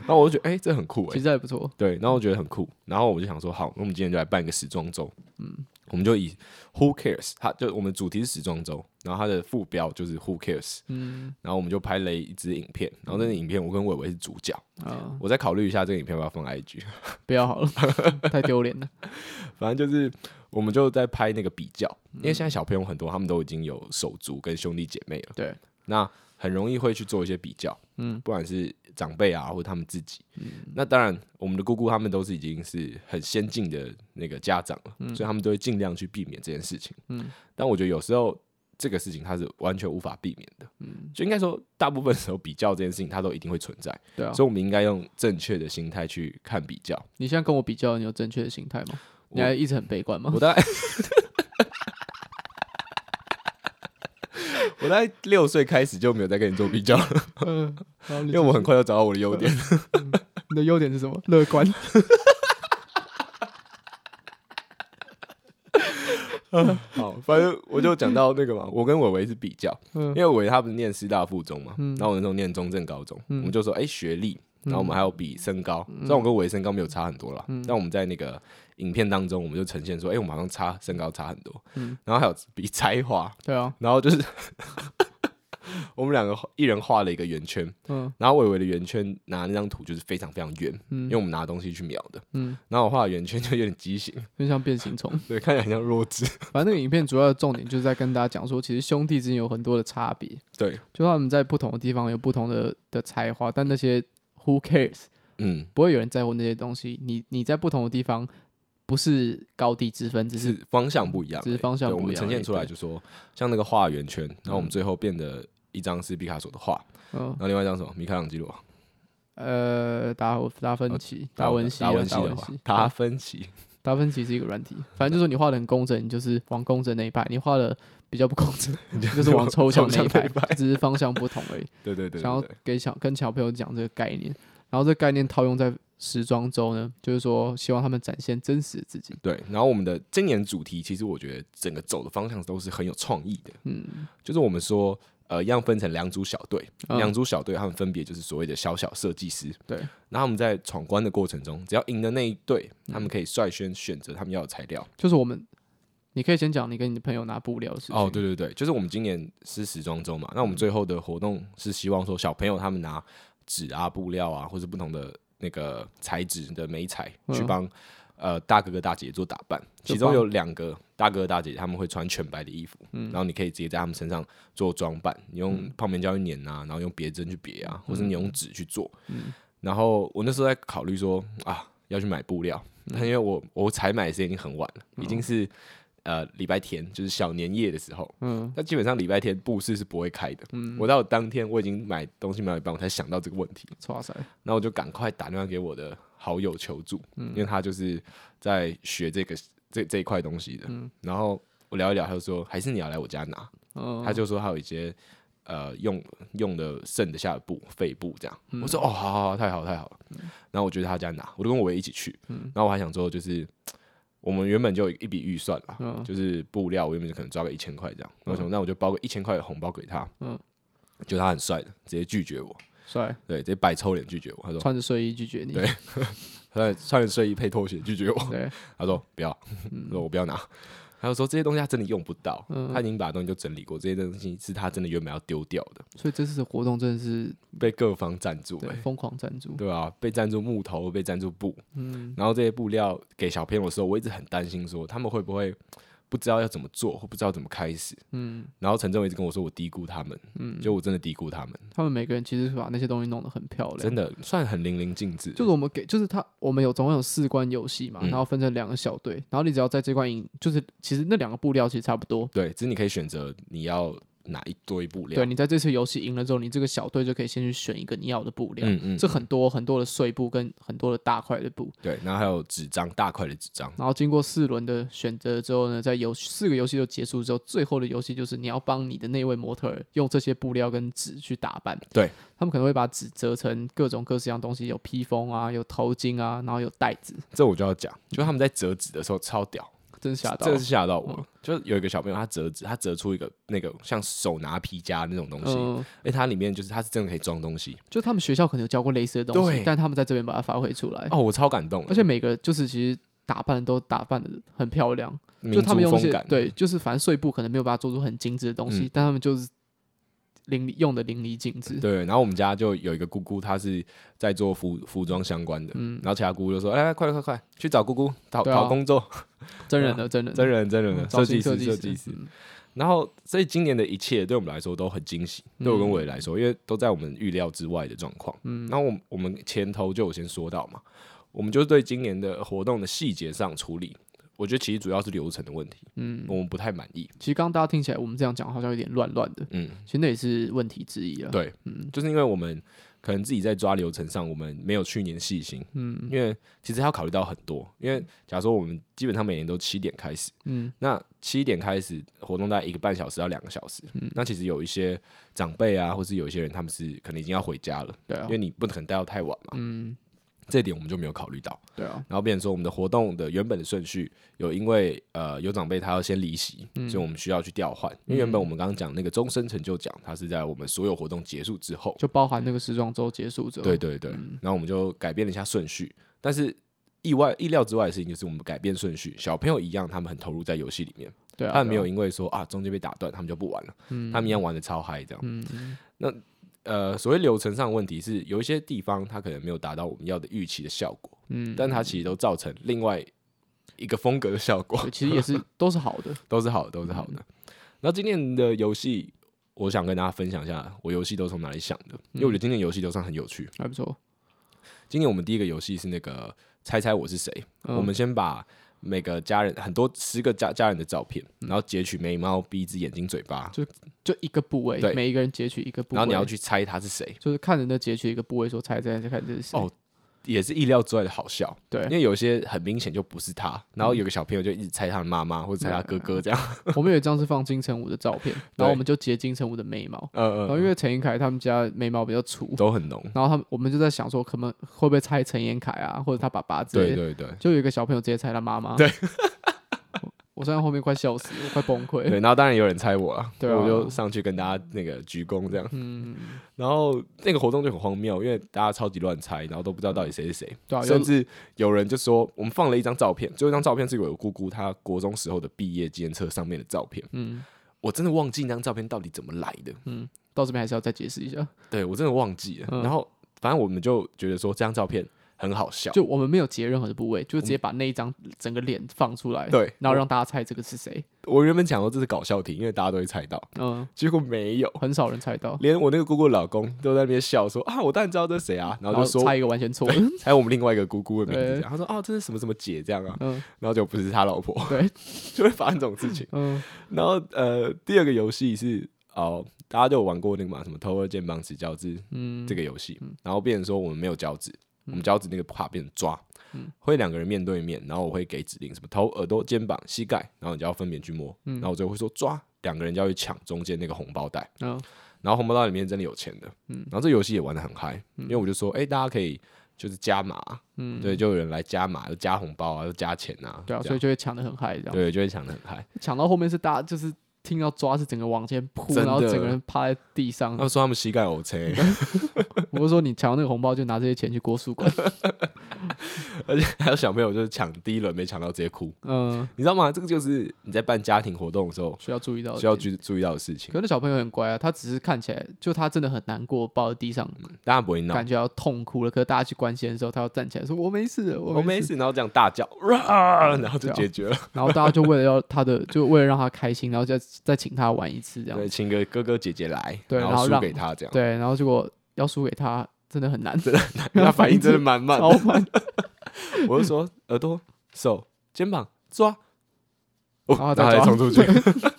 然后我就觉得，哎、这很酷哎、其实还不错，对，然后我觉得很酷，然后我就想说，好，那我们今天就来办一个时装周，嗯，我们就以 Who Cares，它就我们主题是时装周，然后它的副标就是 Who Cares，嗯然后我们就拍了一支影片，然后那支影片我跟伟伟是主角，啊，我再考虑一下这个影片要不要放 IG，不要好 了，太丢脸了。反正就是我们就在拍那个比较，因为现在小朋友很多，他们都已经有手足跟兄弟姐妹了，对，那很容易会去做一些比较，嗯嗯，不管是长辈啊，或者他们自己。那当然，我们的姑姑他们都是已经是很先进的那个家长了，所以他们都会尽量去避免这件事情。嗯嗯，但我觉得有时候这个事情它是完全无法避免的。嗯，就应该说，大部分时候比较这件事情它都一定会存在，对啊， 所以我们应该用正确的心态去看比较。你现在跟我比较，你有正确的心态吗？你我还一直很悲观吗我？ 大 概我大概六岁开始就没有再跟你做比较 了，嗯，然后因你为我很快就找到我的优 点。你的优点是什么？乐观。好，反正我就讲到那个嘛，我跟伟伟是比较，嗯因为伟他不是念师大附中嘛，然后我那时候念中正高中，嗯我们就说哎、学历，然后我们还有比身高，虽然我跟伟身高没有差很多啦，嗯但我们在那个影片当中，我们就呈现说哎、我们好像差身高差很多，嗯然后还有比才华，对啊，然后就是 我们两个一人画了一个圆圈，嗯然后伟伟的圆圈拿那张图就是非常非常圆，因为我们拿东西去描的，嗯，然后我画的圆圈就有点畸形，就像变形虫。对，看起来很像弱 智，反正那个影片主要的重点就是在跟大家讲说，其实兄弟之间有很多的差别，对，就他们在不同的地方有不同的的才华，但那些 who cares 嗯，不会有人在乎那些东西。你你在不同的地方不是高低之分，只只是是方向不一样而已，只是方向对我不们一样呈而已现出来对就说，像那个画圆圈，然后我们最后变得一张是毕卡索的画，嗯然后另外一张什么？米开朗基罗、呃达达芬奇、达文西啊、达哦文西达的文画西、、达芬奇，达芬奇是一个软体，反正就是你画的很工整，你就是往工整那一派；你画的比较不工整， 你就是往抽象那一派，只是方向不同而已。对对对想对要对，给小跟小朋友讲这个概念，然后这个概念套用在时装周呢，就是说希望他们展现真实的自己。对。然后我们的今年主题，其实我觉得整个走的方向都是很有创意的，嗯，就是我们说。呃，一样分成两组小队，嗯两组小队他们分别就是所谓的小小设计师。对，然后他们在闯关的过程中，只要赢的那一队，他们可以率先选择他们要的材料。就是我们，你可以先讲你跟你的朋友拿布料的事情。哦，对对对，就是我们今年是时装周嘛，那我们最后的活动是希望说小朋友他们拿纸啊、布料啊，或是不同的那个材质的美彩嗯去帮、呃大哥哥大姐姐做打扮，就其中帮嗯有两个大哥哥大姐姐他们会穿全白的衣服，然后你可以直接在他们身上做装扮，你用泡棉胶去粘啊，然后用别针去别啊，嗯或是你用纸去做。然后我那时候在考虑说啊，要去买布料，嗯但因为我我采买的时间已经很晚了，已哦经是。呃，礼拜天就是小年夜的时候，嗯，那基本上礼拜天布市是不会开的。我到当天我已经买东西买到一半，我才想到这个问题，哇塞，那我就赶快打电话给我的好友求助，嗯因为他就是在学这个这这一块嗯东西的。然后我聊一聊，他就说还是你要来我家拿，嗯，他就说他有一些呃用用的剩的下的布废布这样。嗯我说哦，好好好，太好太好了。然后我就去他家拿，我就跟我也一起去。嗯然后我还想说，就是我们原本就有一笔预算啦，嗯 就是布料，我原本就可能抓个一千块这样。我想，那我就包个一千块的红包给他。嗯就他很帅的，直接拒绝我，帅，对，直接摆臭脸拒绝我。他说穿着睡衣拒绝你，对他穿着睡衣配拖鞋拒绝我。对， 嗯他说不要，说我不要拿。 他就说这些东西他真的用不到，他已经把东西就整理过，这些东西是他真的原本要丢掉的，所以这次的活动真的是被各方赞助、嗯对欸，疯狂赞助，对啊，被赞助木头，被赞助布，嗯，然后这些布料给小朋友的时候，我一直很担心说他们会不会不知道要怎么做，或不知道怎么开始。嗯，然后陈总一直跟我说我低估他们，嗯，就我真的低估他们，他们每个人其实是把那些东西弄得很漂亮，真的算很淋漓尽致。就是我们给，就是他，我们有总共有四关游戏嘛，嗯然后分成两个小队，然后你只要在这关赢，就是其实那两个布料其实差不多。对，只是你可以选择你要哪一堆布料对，你在这次游戏赢了之后，你这个小队就可以先去选一个你要的布料，嗯嗯，这很多很多的碎布跟很多的大块的布，对，然后还有纸张，大块的纸张。然后经过四轮的选择之后呢，在游四个游戏都结束之后，最后的游戏就是你要帮你的那位模特儿用这些布料跟纸去打扮。对，他们可能会把纸折成各种各式样东西，有披风啊，有头巾啊，然后有袋子，这我就要讲，就他们在折纸的时候超屌，真吓到这了个是。吓到我。嗯就有一个小朋友，他折纸，他折出一个那个像手拿皮夹那种东西，嗯，哎、它里面就是它是真的可以装东西。就他们学校可能有教过类似的东西对，但他们在这边把它发挥出来，哦，我超感动的，而且每个就是其实打扮都打扮的很漂亮，民就族他们用一风些感，对，就是反正碎布可能没有办法做出很精致的东西，嗯但他们就是淋漓用的淋漓尽致。对。然后我们家就有一个姑姑，她是在做服服装相关的，嗯，然后其他姑姑就说：“来哎来，快快快，去找姑姑讨对啊讨工 作，真人的真人啊真人真人嗯的造设计型师计设计师。”嗯然后，所以今年的一切对我们来说都很惊喜，对我跟伟来说，因为都在我们预料之外的状况。嗯，然后我们我们前头就有先说到嘛，我们就对今年的活动的细节上处理，我觉得其实主要是流程的问题，嗯，我们不太满意，其实刚刚大家听起来我们这样讲好像有点乱乱的，嗯，其实那也是问题之一啊。对，就是因为我们可能自己在抓流程上，我们没有去年细心，嗯，因为其实要考虑到很多，因为假如说我们基本上每年都七点开始，嗯，那七点开始活动大概一个半小时到两个小时，嗯，那其实有一些长辈啊，或是有一些人他们是可能已经要回家了，对啊因为，你不可能待到太晚嘛，嗯，这一点我们就没有考虑到，对啊，然后变成说我们的活动的原本的顺序有因为呃有长辈他要先离席，所以我们需要去调换，因为原本我们刚刚讲那个终身成就奖，它是在我们所有活动结束之后。就包含那个时装周结束之后，啊对对对，嗯然后我们就改变了一下顺序，但是意外意料之外的事情就是我们改变顺序，小朋友一样，他们很投入在游戏里面，对啊，他们没对啊有，因为说啊中间被打断，他们就不玩了，他们一样玩的超嗨这样。嗯，嗯那呃，所谓流程上的问题是，有一些地方它可能没有达到我们要的预期的效果，嗯，但它其实都造成另外一个风格的效果 对，其实也是都是好的，都是好的，都是好的。嗯那今年的游戏，我想跟大家分享一下，我游戏都从哪里想的，因为我觉得今年游戏都算很有趣。还不错。今年我们第一个游戏是那个猜猜我是谁，嗯我们先把每个家人很多十个家家人的照片，嗯然后截取眉毛、鼻子、眼睛、嘴巴，就一个部位对，每一个人截取一个部位，然后你要去猜他是谁，就是看人的截取一个部位，说猜猜猜看这是谁哦也是意料之外的好笑，因对，啊为有些很明显就不是他，然后有个小朋友就一直猜他的妈妈或者猜他哥嗯哥这样， 我们有一张是放金城武的照片，然对后我们就截金城武的眉毛，呃然后呃，因为陈彦凯他们家眉毛比较粗， 都很浓，然后他们我们就在想说，可能会不会猜陈彦凯啊，或者他爸爸之类对的。对对就有一个小朋友直接猜他妈妈。对 我，我站在后面快笑死，我快崩溃。对，然后当然有人猜我了，对啊嗯我就上去跟大家那个鞠躬这样，然后那个活动就很荒谬，因为大家超级乱猜，然后都不知道到底谁是谁，对啊，甚有至有人就说，我们放了一张照片，最后一张照片是我姑姑她国中时候的毕业纪念册上面的照片。嗯，我真的忘记那张照片到底怎么来的，到这边还是要再解释一下，对我真的忘记了。嗯然后反正我们就觉得说这张照片很好笑，就我们没有截任何的部位，就直接把那一张整个脸放出来，对然后让大家猜这个是谁。我原本想说这是搞笑题，因为大家都会猜到，嗯，结果没有，很少人猜到，连我那个姑姑的老公都在那边笑说啊，我当然知道这是谁啊，然然后后就说猜一个完全错的。猜我们另外一个姑姑的名字对这样，他说啊，这是什么什么姐这样啊，嗯，然后就不是他老婆， 对，就会发生这种事情。嗯，然后呃，第二个游戏是哦，大家都有玩过那个嘛，什么偷二键绑指交织，嗯，这个游戏，然后变成说我们没有交织，我们交织那个怕变成抓，会两个人面对面，然后我会给指令，什么呃头、耳朵、肩膀、膝盖，然后你就要分别去摸，然后我就会说抓，两个人就要去抢中间那个红包袋，嗯，然后红包袋里面真的有钱的，嗯，然后这游戏也玩的很嗨，因为我就说，哎、大家可以就是加码，嗯，对，就有人来加码，就加红包啊，就加钱啊，对啊，这所样以就嗯会抢得很嗨，这样对，就会抢的很嗨。抢到后面是大家就是听到抓是整个往前扑，真的然后整个人趴在地上他。们说他们膝盖 OK，我就说你抢到那个红包就拿这些钱去国术馆，而且还有小朋友就是抢第一轮没抢到直接哭，嗯，你知道吗？这个就是你在办家庭活动的时候需要注意到的需要点。注注意到的事情可，是那小朋友很乖啊，他只是看起来就他真的很难过，抱在地上大家不会闹，感觉要痛哭了。可是大家去关心的时候，他要站起来说：“我没事，我我嗯没事。事，然后这样大叫，啊然后就解决了。”然后大家就为了要他的，就为了让他开心，然后再再请他玩一次这样对，。请个哥哥姐姐来，对然然后输让给他这样。对，然后结果要输给他真的很难，他反应真的蛮慢 超的。慢。我就说耳朵、手、肩膀抓，哦，然后再他还抓嗯冲出去。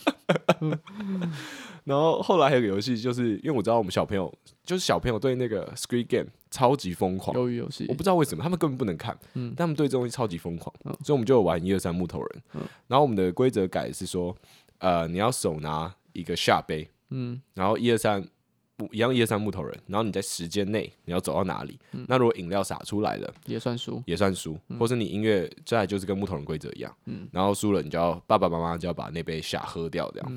然后后来还有个游戏，就是因为我知道我们小朋友，就是小朋友对那个 Screen Game 超级疯狂，鱿鱼游戏我，不知道为什么他们根本不能看，嗯但他们对这东西超级疯狂，嗯所以我们就有玩一二三木头人。嗯然后我们的规则改是说，呃，你要手拿一个下杯，嗯，然后一二三木一样一二三木头人，然后你在时间内你要走到哪里？嗯那如果饮料洒出来了，也算输。也算输，嗯或是你音乐再来就是跟木头人规则一样，然后输了你就要爸爸妈妈就要把那杯下喝掉这样。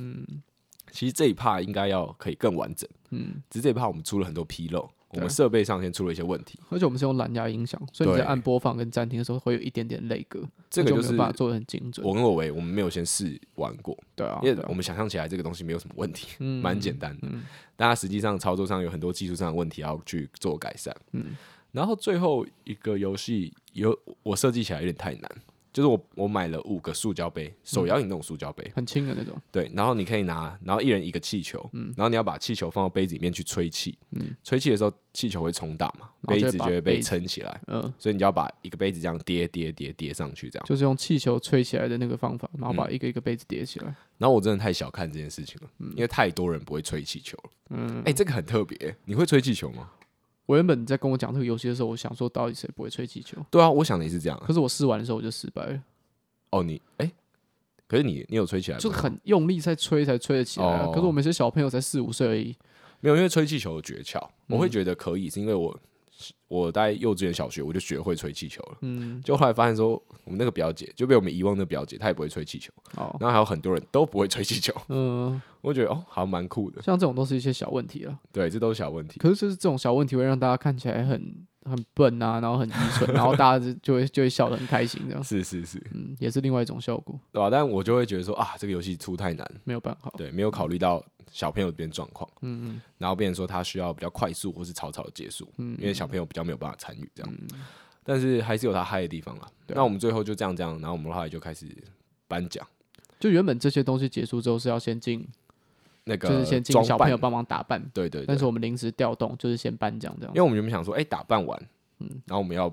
其实这一趴应该要可以更完整，嗯，只是这一趴我们出了很多纰漏，我们设备上先出了一些问题，而且我们是用蓝牙音响，所以你对在按播放跟暂停的时候会有一点点泪歌，这那个就没是有办法做的很精准。我跟我维我们没有先试玩过，对啊，因对为啊我们想象起来这个东西没有什么问题，嗯蛮简单的。但它实际上操作上有很多技术上的问题要去做改善。嗯然后最后一个游戏有我设计起来有点太难，就是我我买了五个塑胶杯，嗯手摇饮那种塑胶杯，很轻的那种，对，然后你可以拿，然后一人一个气球，嗯然后你要把气球放到杯子里面去吹气，吹气的时候气球会冲大嘛，然后杯就会子就把会杯被子撑起来，嗯，所以你就要把一个杯子这样叠叠叠叠上去这样。就是用气球吹起来的那个方法，然后嗯把一个一个杯子叠起来。然后我真的太小看这件事情了，因为太多人不会吹气球了。嗯哎、，这个很特别，你会吹气球吗？我原本在跟我讲这个游戏的时候，我想说到底谁不会吹气球，对啊，我想的也是这样啊。可是我试完的时候我就失败了，哦，你哎、可是你你有吹起来吗？就很用力在吹才吹得起来啊。嗯哦可是我们一些小朋友才四五岁而已，没有，因为吹气球的诀窍，我会觉得可以，是因为我我在幼稚园、小学我就学会吹气球了。嗯，就后来发现说，我们那个表姐就被我们遗忘的表姐，她也不会吹气球，好，然后还有很多人都不会吹气球， 嗯，我觉得哦，好像蛮酷的。像这种都是一些小问题啊。对，这都是小问 题。可是就是这种小问题会让大家看起来很很笨啊，然后很愚蠢，然后大家就就会就会笑得很开心这样。是是是，嗯，也是另外一种效果，对吧？但我就会觉得说啊，这个游戏出太难，没有办法。对，没有考虑到小朋友这边状况。嗯嗯然后变成说他需要比较快速或是草草的结束，嗯因为小朋友比较没有办法参与这样，但是还是有他嗨的地方啦。对啊那我们最后就这样这样，然后我们后来就开始颁奖，就原本这些东西结束之后是要先进，那就个是先进装小朋扮友，帮忙打扮，对对对但，是我们临时调动，就是先颁奖这样因。为我们原本想说，哎、打扮完，嗯然后我们要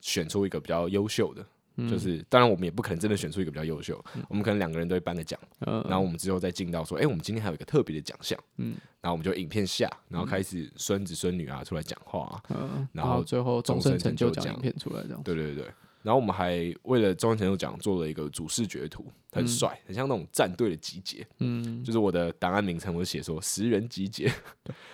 选出一个比较优秀的。嗯就是，当然我们也不可能真的选出一个比较优秀，我们可能两个人都会颁个奖，嗯，然后我们之后再进到说，哎、我们今天还有一个特别的奖项，嗯然后我们就影片下，然后开始孙子孙女啊出来讲话啊，嗯然然后后最后终终身身成成就就奖奖影片出来这样。对对对，然后我们还为了中央成就奖做了一个主视觉图，很帅，很像那种战队的集结。嗯，就是我的档案名称，我写说十人集结，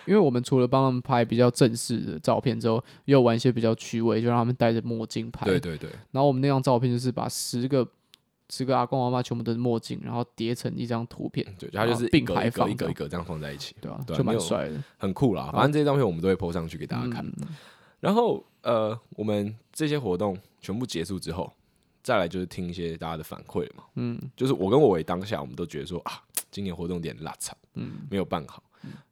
因为我们除了帮他们拍比较正式的照片之后，也有玩一些比较趣味，就让他们戴着墨镜拍。对对对，然后我们那张照片就是把十个十个阿公阿妈全部都是墨镜，然后叠成一张图片，对，它就是啊一并格排一格放一格的嗯一格这样放在一起，对啊，嗯对啊就没蛮有帅的。嗯很酷啦。反正这些照片我们都会 PO 上去给大家看。然后呃，我们这些活动全部结束之后，再来就是听一些大家的反馈嘛。嗯，就是我跟我伟当下，我们都觉得说啊，今年活动有点拉惨，嗯，没有办好。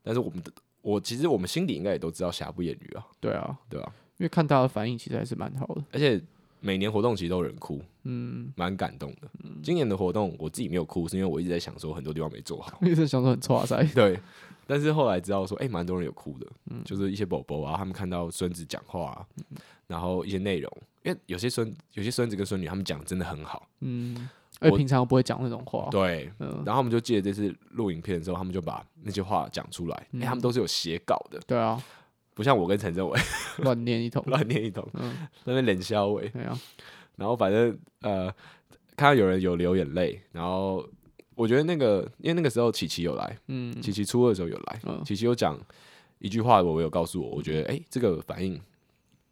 但是我们的我其实我们心里应该也都知道瑕不掩瑜啊，对啊，对吧、因为看大家的反应其实还是蛮好的。而且每年活动其实都有人哭，嗯，。蛮感动的。今年的活动我自己没有哭，是因为我一直在想说很多地方没做好一直想说很挫塞。 对，但是后来知道说，哎、蛮多人有哭的，就是一些宝宝啊，他们看到孙子讲话、啊，然后一些内容，因为有些孙有些孙子跟孙女他们讲得真的很好，嗯，而且我平常不会讲那种话。对。嗯，然后我们就借这次录影片的时候，他们就把那些话讲出来。哎、他们都是有写稿的，对啊，不像我跟陈政伟。乱念一通乱念一通，嗯，在那边冷笑 伟。对啊，然后反正呃，看到有人有流眼泪，然后我觉得那个，因为那个时候琪琪有来，嗯，琪琪初二的时候有来，嗯琪琪有讲一句话，我有告诉我，我觉得哎、诶这个反应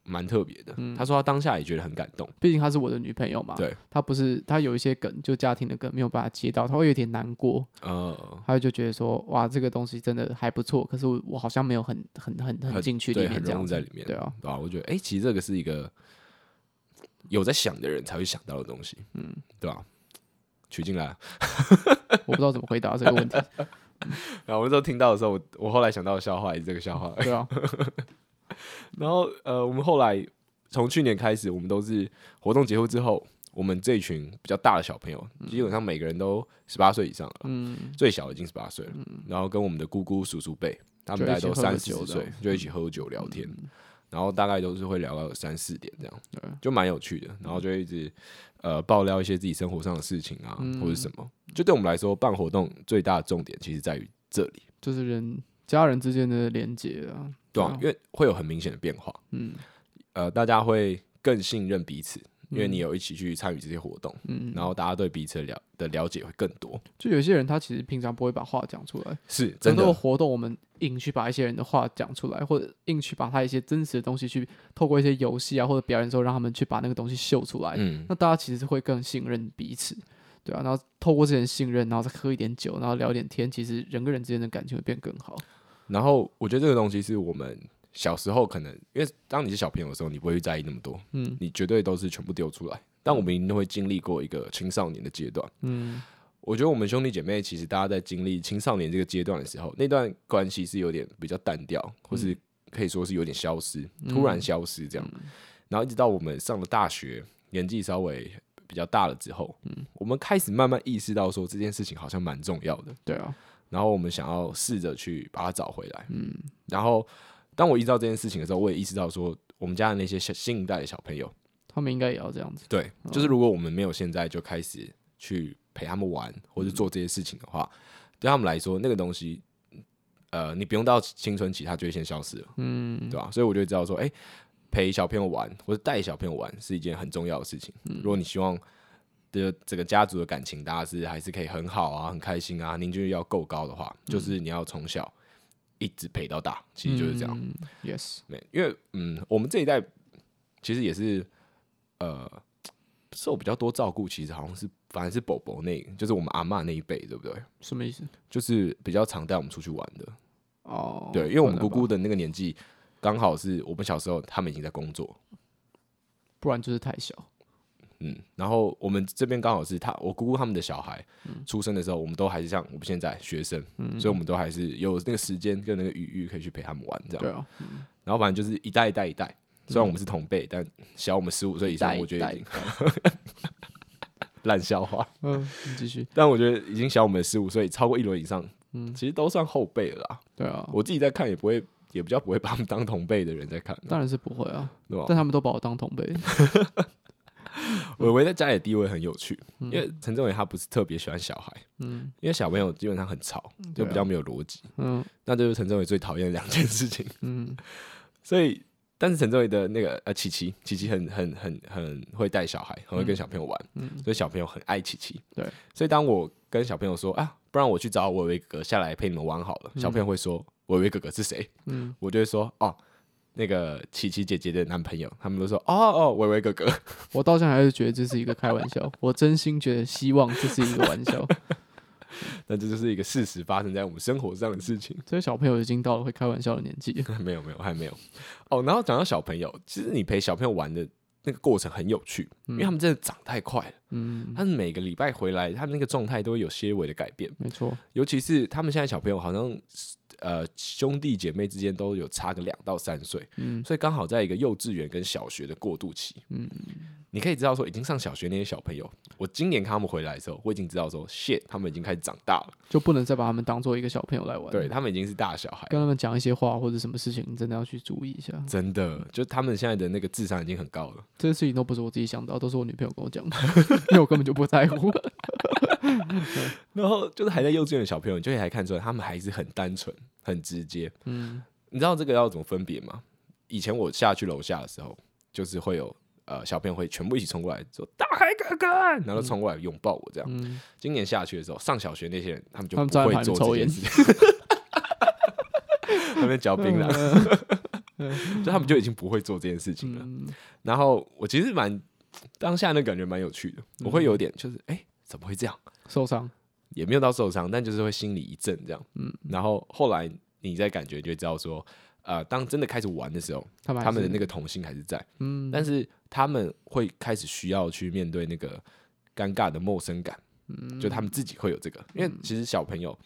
蛮特别的。嗯他说他当下也觉得很感动，毕竟她是我的女朋友嘛，对，她不是她有一些梗，就家庭的梗没有把她接到，她会有点难过，呃，她就觉得说，哇，这个东西真的还不错，可是我我好像没有很很很很很进去里对，很面这融样入在子，里面，对啊，对吧、我觉得哎、诶其实这个是一个有在想的人才会想到的东西，嗯，对吧、取进来了，我不知道怎么回答这个 问题，然后我那时候听到的时候，我我后来想到的笑话也是这个笑话， 对啊，然后呃，我们后来从去年开始，我们都是活动结束之后，我们这一群比较大的小朋友，基本上每个人都十八岁以上了，嗯，最小已经十八岁了，然后跟我们的姑姑、叔叔辈，他们就大概一起都喝三个十酒这岁样，就一起喝酒聊天，然后大概都是会聊到三四点这样对，就蛮有趣的，然后就一直呃爆料一些自己生活上的事情啊，嗯或者什么，就对我们来说，办活动最大的重点其实在于这里，就是人家人之间的连接啊，对对啊啊，因为会有很明显的变化，嗯呃，大家会更信任彼此，因为你有一起去参与这些活动，嗯，然后大家对彼此的了的了解会更多，就有些人他其实平常不会把话讲出来，是真真的的，活动我们硬去把一些人的话讲出来，或者硬去把他一些真实的东西去透过一些游戏啊或者表演的时候，让他们去把那个东西秀出来，嗯，那大家其实是会更信任彼此，对啊，然后透过这点信任，然后再喝一点酒，然后聊点天，其实人跟人之间的感情会变更好。然后我觉得这个东西是我们小时候可能，因为当你是小朋友的时候，你不会去在意那么多，嗯你绝对都是全部丢出来，但我们一定会经历过一个青少年的阶段。嗯，我觉得我们兄弟姐妹其实大家在经历青少年这个阶段的时候，那段关系是有点比较淡掉，或是可以说是有点消失，突然消失这样。然后一直到我们上了大学，年纪稍微比较大了之后，我们开始慢慢意识到说这件事情好像蛮重要的，对啊，然后我们想要试着去把它找回来。嗯，然后当我意识到这件事情的时候，我也意识到说我们家的那些小新一代的小朋友，他们应该也要这样子。嗯对，就是如果我们没有现在就开始去陪他们玩或嗯者做这些事情的话，对他们来说那个东西，呃，你不用到青春期，它就会先消失了，嗯，对吧、所以我就知道说，哎、陪小朋友玩或者带小朋友玩是一件很重要的事情。嗯如果你希望的这个家族的感情，大家是还是可以很好啊，很开心啊，凝聚力要够高的话，就是你要从小一直陪到大，其实就是这样。嗯 yes，没，因为嗯，我们这一代其实也是呃受比较多照顾，其实好像是反正是宝宝那，就是我们阿嬷那一辈，对不对？什么意思？就是比较常带我们出去玩的，哦，对，因为我们可能姑吧姑的那个年纪，刚好是我们小时候，他们已经在工作，不然就是太小。嗯，然后我们这边刚好是他，我姑姑他们的小孩嗯出生的时候，我们都还是像我们现在学生，所以我们都还是有那个时间跟那个余裕可以去陪他们玩这样对。啊，嗯然后反正就是一代一代一代，虽然我们是同辈，但小我们十五岁以上，一代我觉得已一经烂笑话。 嗯，你继续。但我觉得已经小我们十五岁，超过一轮以上，其实都算后辈了啦。对啊，嗯我自己在看也不会，也比较不会把他们当同辈的人在看，当然是不会啊，对吧？但他们都把我当同 辈。伟伟在家里的地位很有趣，因为陈政伟他不是特别喜欢小孩， 嗯因为小朋友基本上很吵，就对啊比较没有逻辑，嗯那就是陈政伟最讨厌的两件事情。 嗯所以，但是陈政伟的那个呃琪琪，琪琪很很很很会带小孩，很会嗯跟小朋友玩，所以小朋友很爱琪琪。对，所以当我跟小朋友说啊，不然我去找伟伟哥哥下来陪你们玩好了，小朋友会说伟伟哥哥是谁？嗯，我就会说哦，那个琪琪姐姐的男朋友，他们都说哦哦伟伟哥哥， 我到现在还是觉得这是一个开玩笑，我真心觉得希望这是一个玩笑。那这就是一个事实发生在我们生活上的事情。 这些小朋友已经到了会开玩笑的年纪了。 没有没有还没有哦。然后讲到小朋友，其实你陪小朋友玩的那个过程很有趣，因为他们真的长太快了。嗯，他们每个礼拜回来，他们那个状态都会有些微的改变，没错。尤其是他们现在小朋友好像呃兄弟姐妹之间都有差个两到三岁，嗯所以刚好在一个幼稚园跟小学的过渡期，嗯你可以知道说已经上小学那些小朋友，我今年看他们回来的时候，我已经知道说 shit，他们已经开始长大了，就不能再把他们当做一个小朋友来玩。对，他们已经是大小孩了。跟他们讲一些话或者什么事情，你真的要去注意一下。真的，就他们现在的那个智商已经很高了。这些事情都不是我自己想到，都是我女朋友跟我讲的， 因为我根本就不 在乎。然后就是还在幼稚园的小朋友，你就可以还看出来，他们还是很单纯、很直接。嗯你知道这个要怎么分别吗？以前我下去楼下的时候，就是会有呃小朋友会全部一起冲过来说大海哥哥，然后冲过来拥抱我这样。嗯，今年下去的时候，上小学那些人他们就他们不站在会旁边做抽这件烟事情， 他们嗯嚼槟榔， 啊 就他们就已经不会做这件事情了。嗯，然后我其实蛮当下那感觉蛮有趣的，我会嗯有点就是哎、诶怎么会这样？受伤，也没有到受伤，但就是会心里一震这样。嗯，然后后来你再感觉就会知道说，呃，当真的开始玩的时候，他们他们的那个，个童心还是在，嗯，但是他们会开始需要去面对那个尴尬的陌生感，嗯就他们自己会有这个，因为其实小朋友，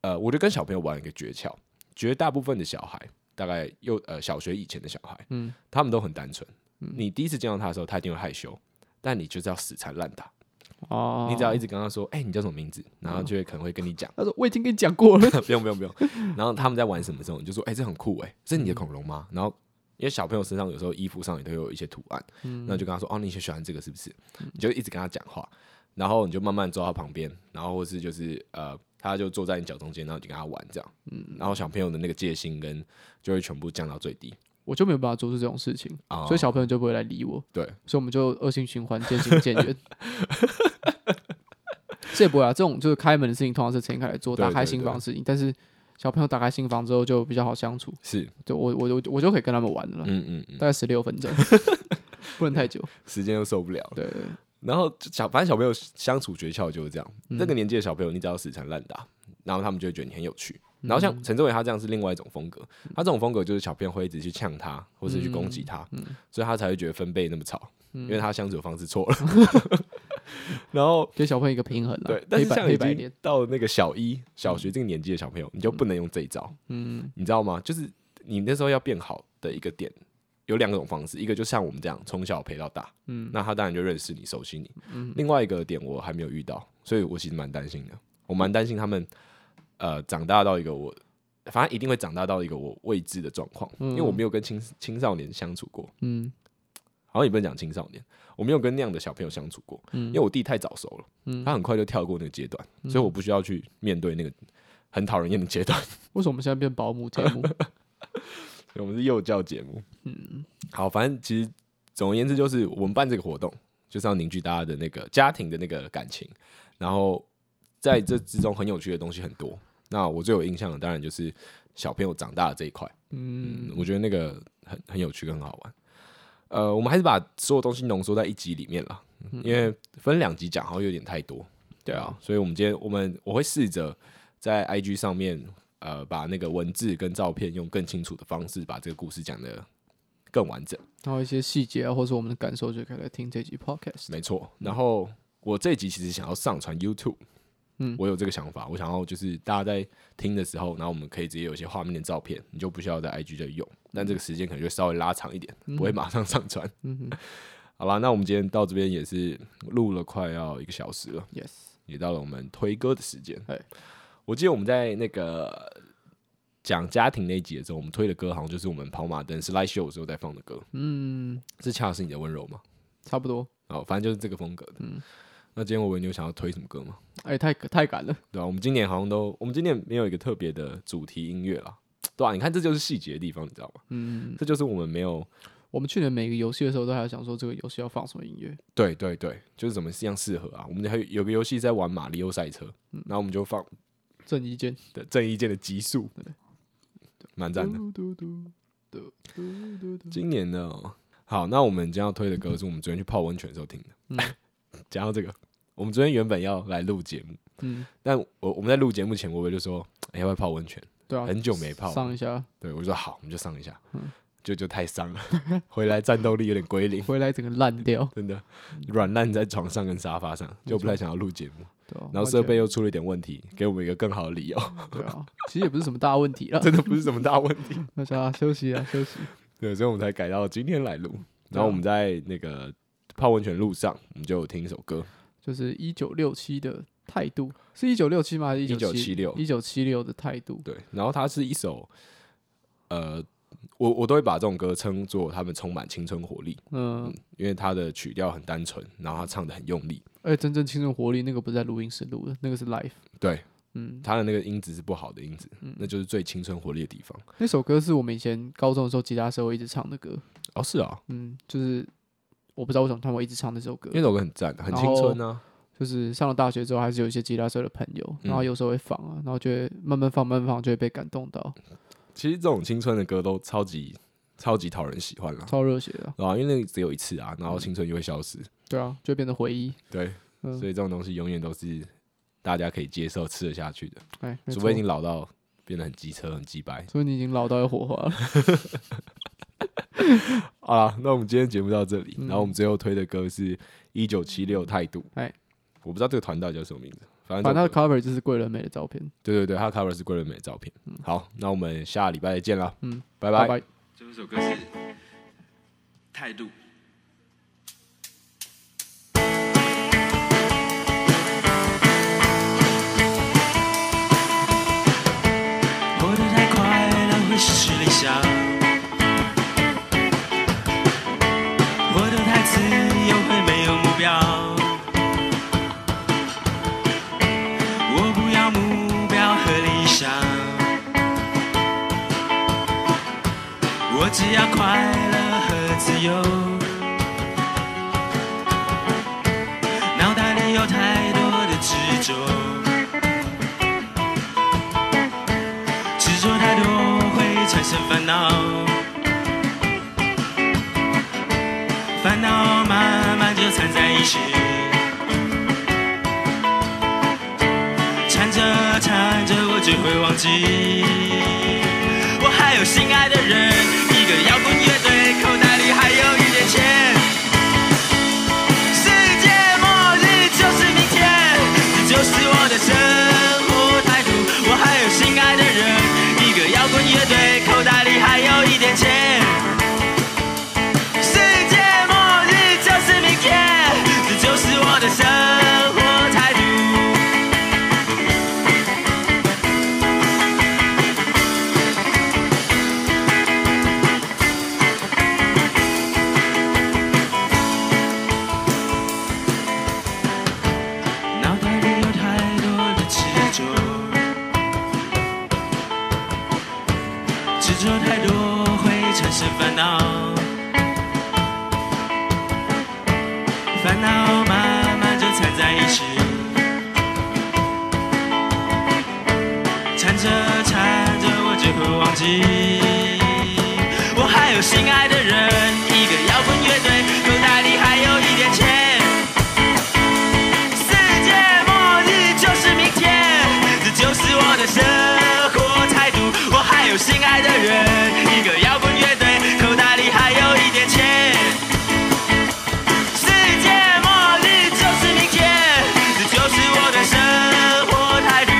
呃，我就跟小朋友玩一个诀窍，绝大部分的小孩，大概幼呃小学以前的小孩，嗯他们都很单纯，你第一次见到他的时候，他一定会害羞，但你就是要死缠烂打，哦，你只要一直跟他说，哎、你叫什么名字，然后就会可能会跟你讲。他说我已经跟你讲过了， 不用不用不用。然后他们在玩什么时候，你就说：“哎、这很酷哎、这是你的恐龙吗？”然后因为小朋友身上有时候衣服上也都有一些图案，嗯那你就跟他说：“哦，你喜欢这个是不是？”你就一直跟他讲话，然后你就慢慢坐到旁边，然后或是就是呃，他就坐在你脚中间，然后你就跟他玩这样。嗯然后小朋友的那个戒心跟就会全部降到最低。我就没有办法做出这种事情，啊所以小朋友就不会来理我，对，所以我们就恶性循环，渐行渐 远。这也不会啊，这种就是开门的事情，通常是陈凯来做，对打开对新对房的事情。但是小朋友打开新房之后就比较好相处，是，就我我我我就可以跟他们玩了，嗯嗯嗯，大概十六分 钟，不能太久。时间又受不了了。对对对然后就小，反正小朋友相处诀窍就是这样。嗯那个年纪的小朋友，你只要死缠烂打，然后他们就会觉得你很有趣。嗯然后像陈志伟他这样是另外一种风格，他这种风格就是小朋友会一直去呛他，或是去攻击他，嗯所以他才会觉得分贝那么吵，因为他相处的方式错了。 然后给小朋友一个平衡了。对，但是黑白像已黑白经脸，到那个小一、小学这个年纪的小朋友，你就不能用这一招，嗯你知道吗？就是你那时候要变好的一个点。有两种方式，一个就像我们这样从小陪到大，嗯那他当然就认识你、熟悉你。嗯，另外一个点我还没有遇到，所以我其实蛮担心的。我蛮担心他们呃长大到一个我，反正一定会长大到一个我未知的状况，嗯因为我没有跟青青少年相处过，嗯好像也不能讲青少年，我没有跟那样的小朋友相处过，嗯因为我弟太早熟了，嗯他很快就跳过那个阶段，所以我不需要去面对那个很讨人厌的阶段。为什么我们现在变保姆节 目？所以我们是幼教节目，嗯，好，反正其实总而言之就是我们办这个活动就是要凝聚大家的那个家庭的那个感情，然后在这之中很有趣的东西很多。那我最有印象的当然就是小朋友长大的这一块，嗯，我觉得那个很很有趣，很好玩。呃，我们还是把所有东西浓缩在一集里面了，因为分两集讲好像有点太多，嗯对啊，所以我们今天我们我会试着在 IG 上面呃把那个文字跟照片用更清楚的方式把这个故事讲的更完整。然后一些细节啊，或是我们的感受，就可以来听这集 podcast。没错。然后我这一集其实想要上传 YouTube，嗯我有这个想法，我想要就是大家在听的时候，然后我们可以直接有一些画面的照片，你就不需要在 IG 这里用，但这个时间可能就稍微拉长一点，不会马上上传。嗯哼好啦，那我们今天到这边也是录了快要一个小时了， ，yes，也到了我们推歌的时间哎。我记得我们在那个。讲家庭那一集的时候，我们推的歌好像就是我们跑马灯是 live show 的时候在放的歌，嗯，这恰是你的温柔吗？差不多。哦，反正就是这个风格的。嗯那今天我文你有想要推什么歌吗？哎，太太赶了，对啊，我们今年好像都，我们今年没有一个特别的主题音乐啦。对啊，你看这就是细节的地方，你知道吗？嗯，这就是我们没有，我们去年每个游戏的时候，都还要想说这个游戏要放什么音乐。对对对，就是怎么样适合啊。我们还有有个游戏在玩马里奥赛车，嗯然后我们就放郑伊健，的郑伊健的极速，蛮赞的。嘟嘟嘟嘟嘟嘟嘟今年呢，好，那我们今天要推的歌是我们昨天去泡温泉的时候听的。嗯 讲到这个，我们昨天原本要来录节目，嗯，但我我们在录节目前，我薇就说、哎要不要泡温泉？对啊，很久没泡了上一嗯下，对，我就说好，我们就上一下，就就太伤了， 回来战斗力有点归零，回来整个烂掉，真的软烂在床上跟沙发上，就不太想要录节目，对啊，然后完设备全又出了一点问题，给我们一个更好的理 由，对啊，其实也不是什么大问题了，真的不是什么大问题，大家休息啊，休息。对，所以我们才改到今天来录，然后我们在那个泡温泉路上，我们就有听一首歌，就是一九六七的态度，是一九六七吗？还是1976一九七六的态度。对，然后它是一首，呃，我我都会把这种歌称作他们充满青春活力，嗯，因为它的曲调很单纯，然后他唱的很用力，而且真正青春活力那个不是在录音室录的，那个是 live。对。嗯，他的那个音质是不好的音质，那就是最青春活力的地方。那首歌是我们以前高中的时候吉他社会一直唱的歌。哦，是啊，嗯，就是我不知道为什么他们会一直唱这首歌因，为那首歌很赞，很青春啊。就是上了大学之后，还是有一些吉他社的朋友，嗯然后有时候会放啊，然后就会慢慢放，慢慢放，就会被感动到，啊其实这种青春的歌都超级超级讨人喜欢啦。超热血的啊，啊，因为那个只有一次啊，然后青春就会消失。对啊，就会变成回忆。对，嗯所以这种东西永远都是大家可以接受、吃得下去的，哎，没除错嗯非你老到变得很机车、很鸡掰。所以你已经老到有火花了。好啦，那我们今天节目到这里，嗯然后我们最后推的歌是《一九七六态度》。哎，我不知道这个团到底叫什么名字，反正反这正首他的 cover 就是桂纶镁的照片。对对对，他 cover 的是桂纶镁的照片。好，那我们下礼拜再见啦，嗯，拜拜拜。拜。这首歌是态度。过得太快了，会失去理想。活得太自由，会没有目标。我不要目标和理想。我只要快乐和自由。脑袋里有太多的执着，执着太多会产生烦恼，烦恼慢慢就掺在一起，缠着缠着我就会忘记。我还有心爱的人，一个摇滚乐队，口袋里还有一点钱。世界末日就是明天，这就是我的生活态度。我还有心爱的人，一个摇滚乐队，口袋里还有一点钱。世界末日就是明天，这就是我的生活态度。脑袋里有太多的执着，执着太多会产生烦恼，烦恼慢慢就掺在一起，缠着缠着我就会忘记。我还有心爱的人，一个摇滚乐队，口袋里还有一点钱。世界末日就是明天，这就是我的生活态度。我还有心爱的人，一个摇滚乐队，口袋里还有一点钱。世界末日就是明天，这就是我的生活态度。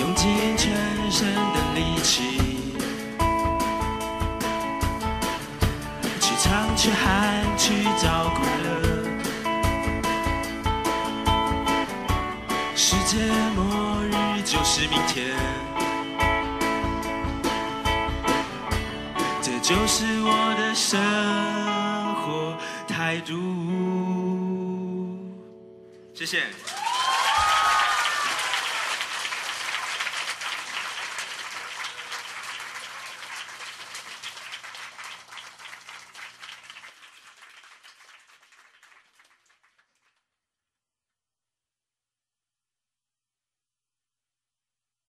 用尽全身的力气，去唱去喊去找快乐。世界末日就是明天，这就是我的生活态度。谢谢。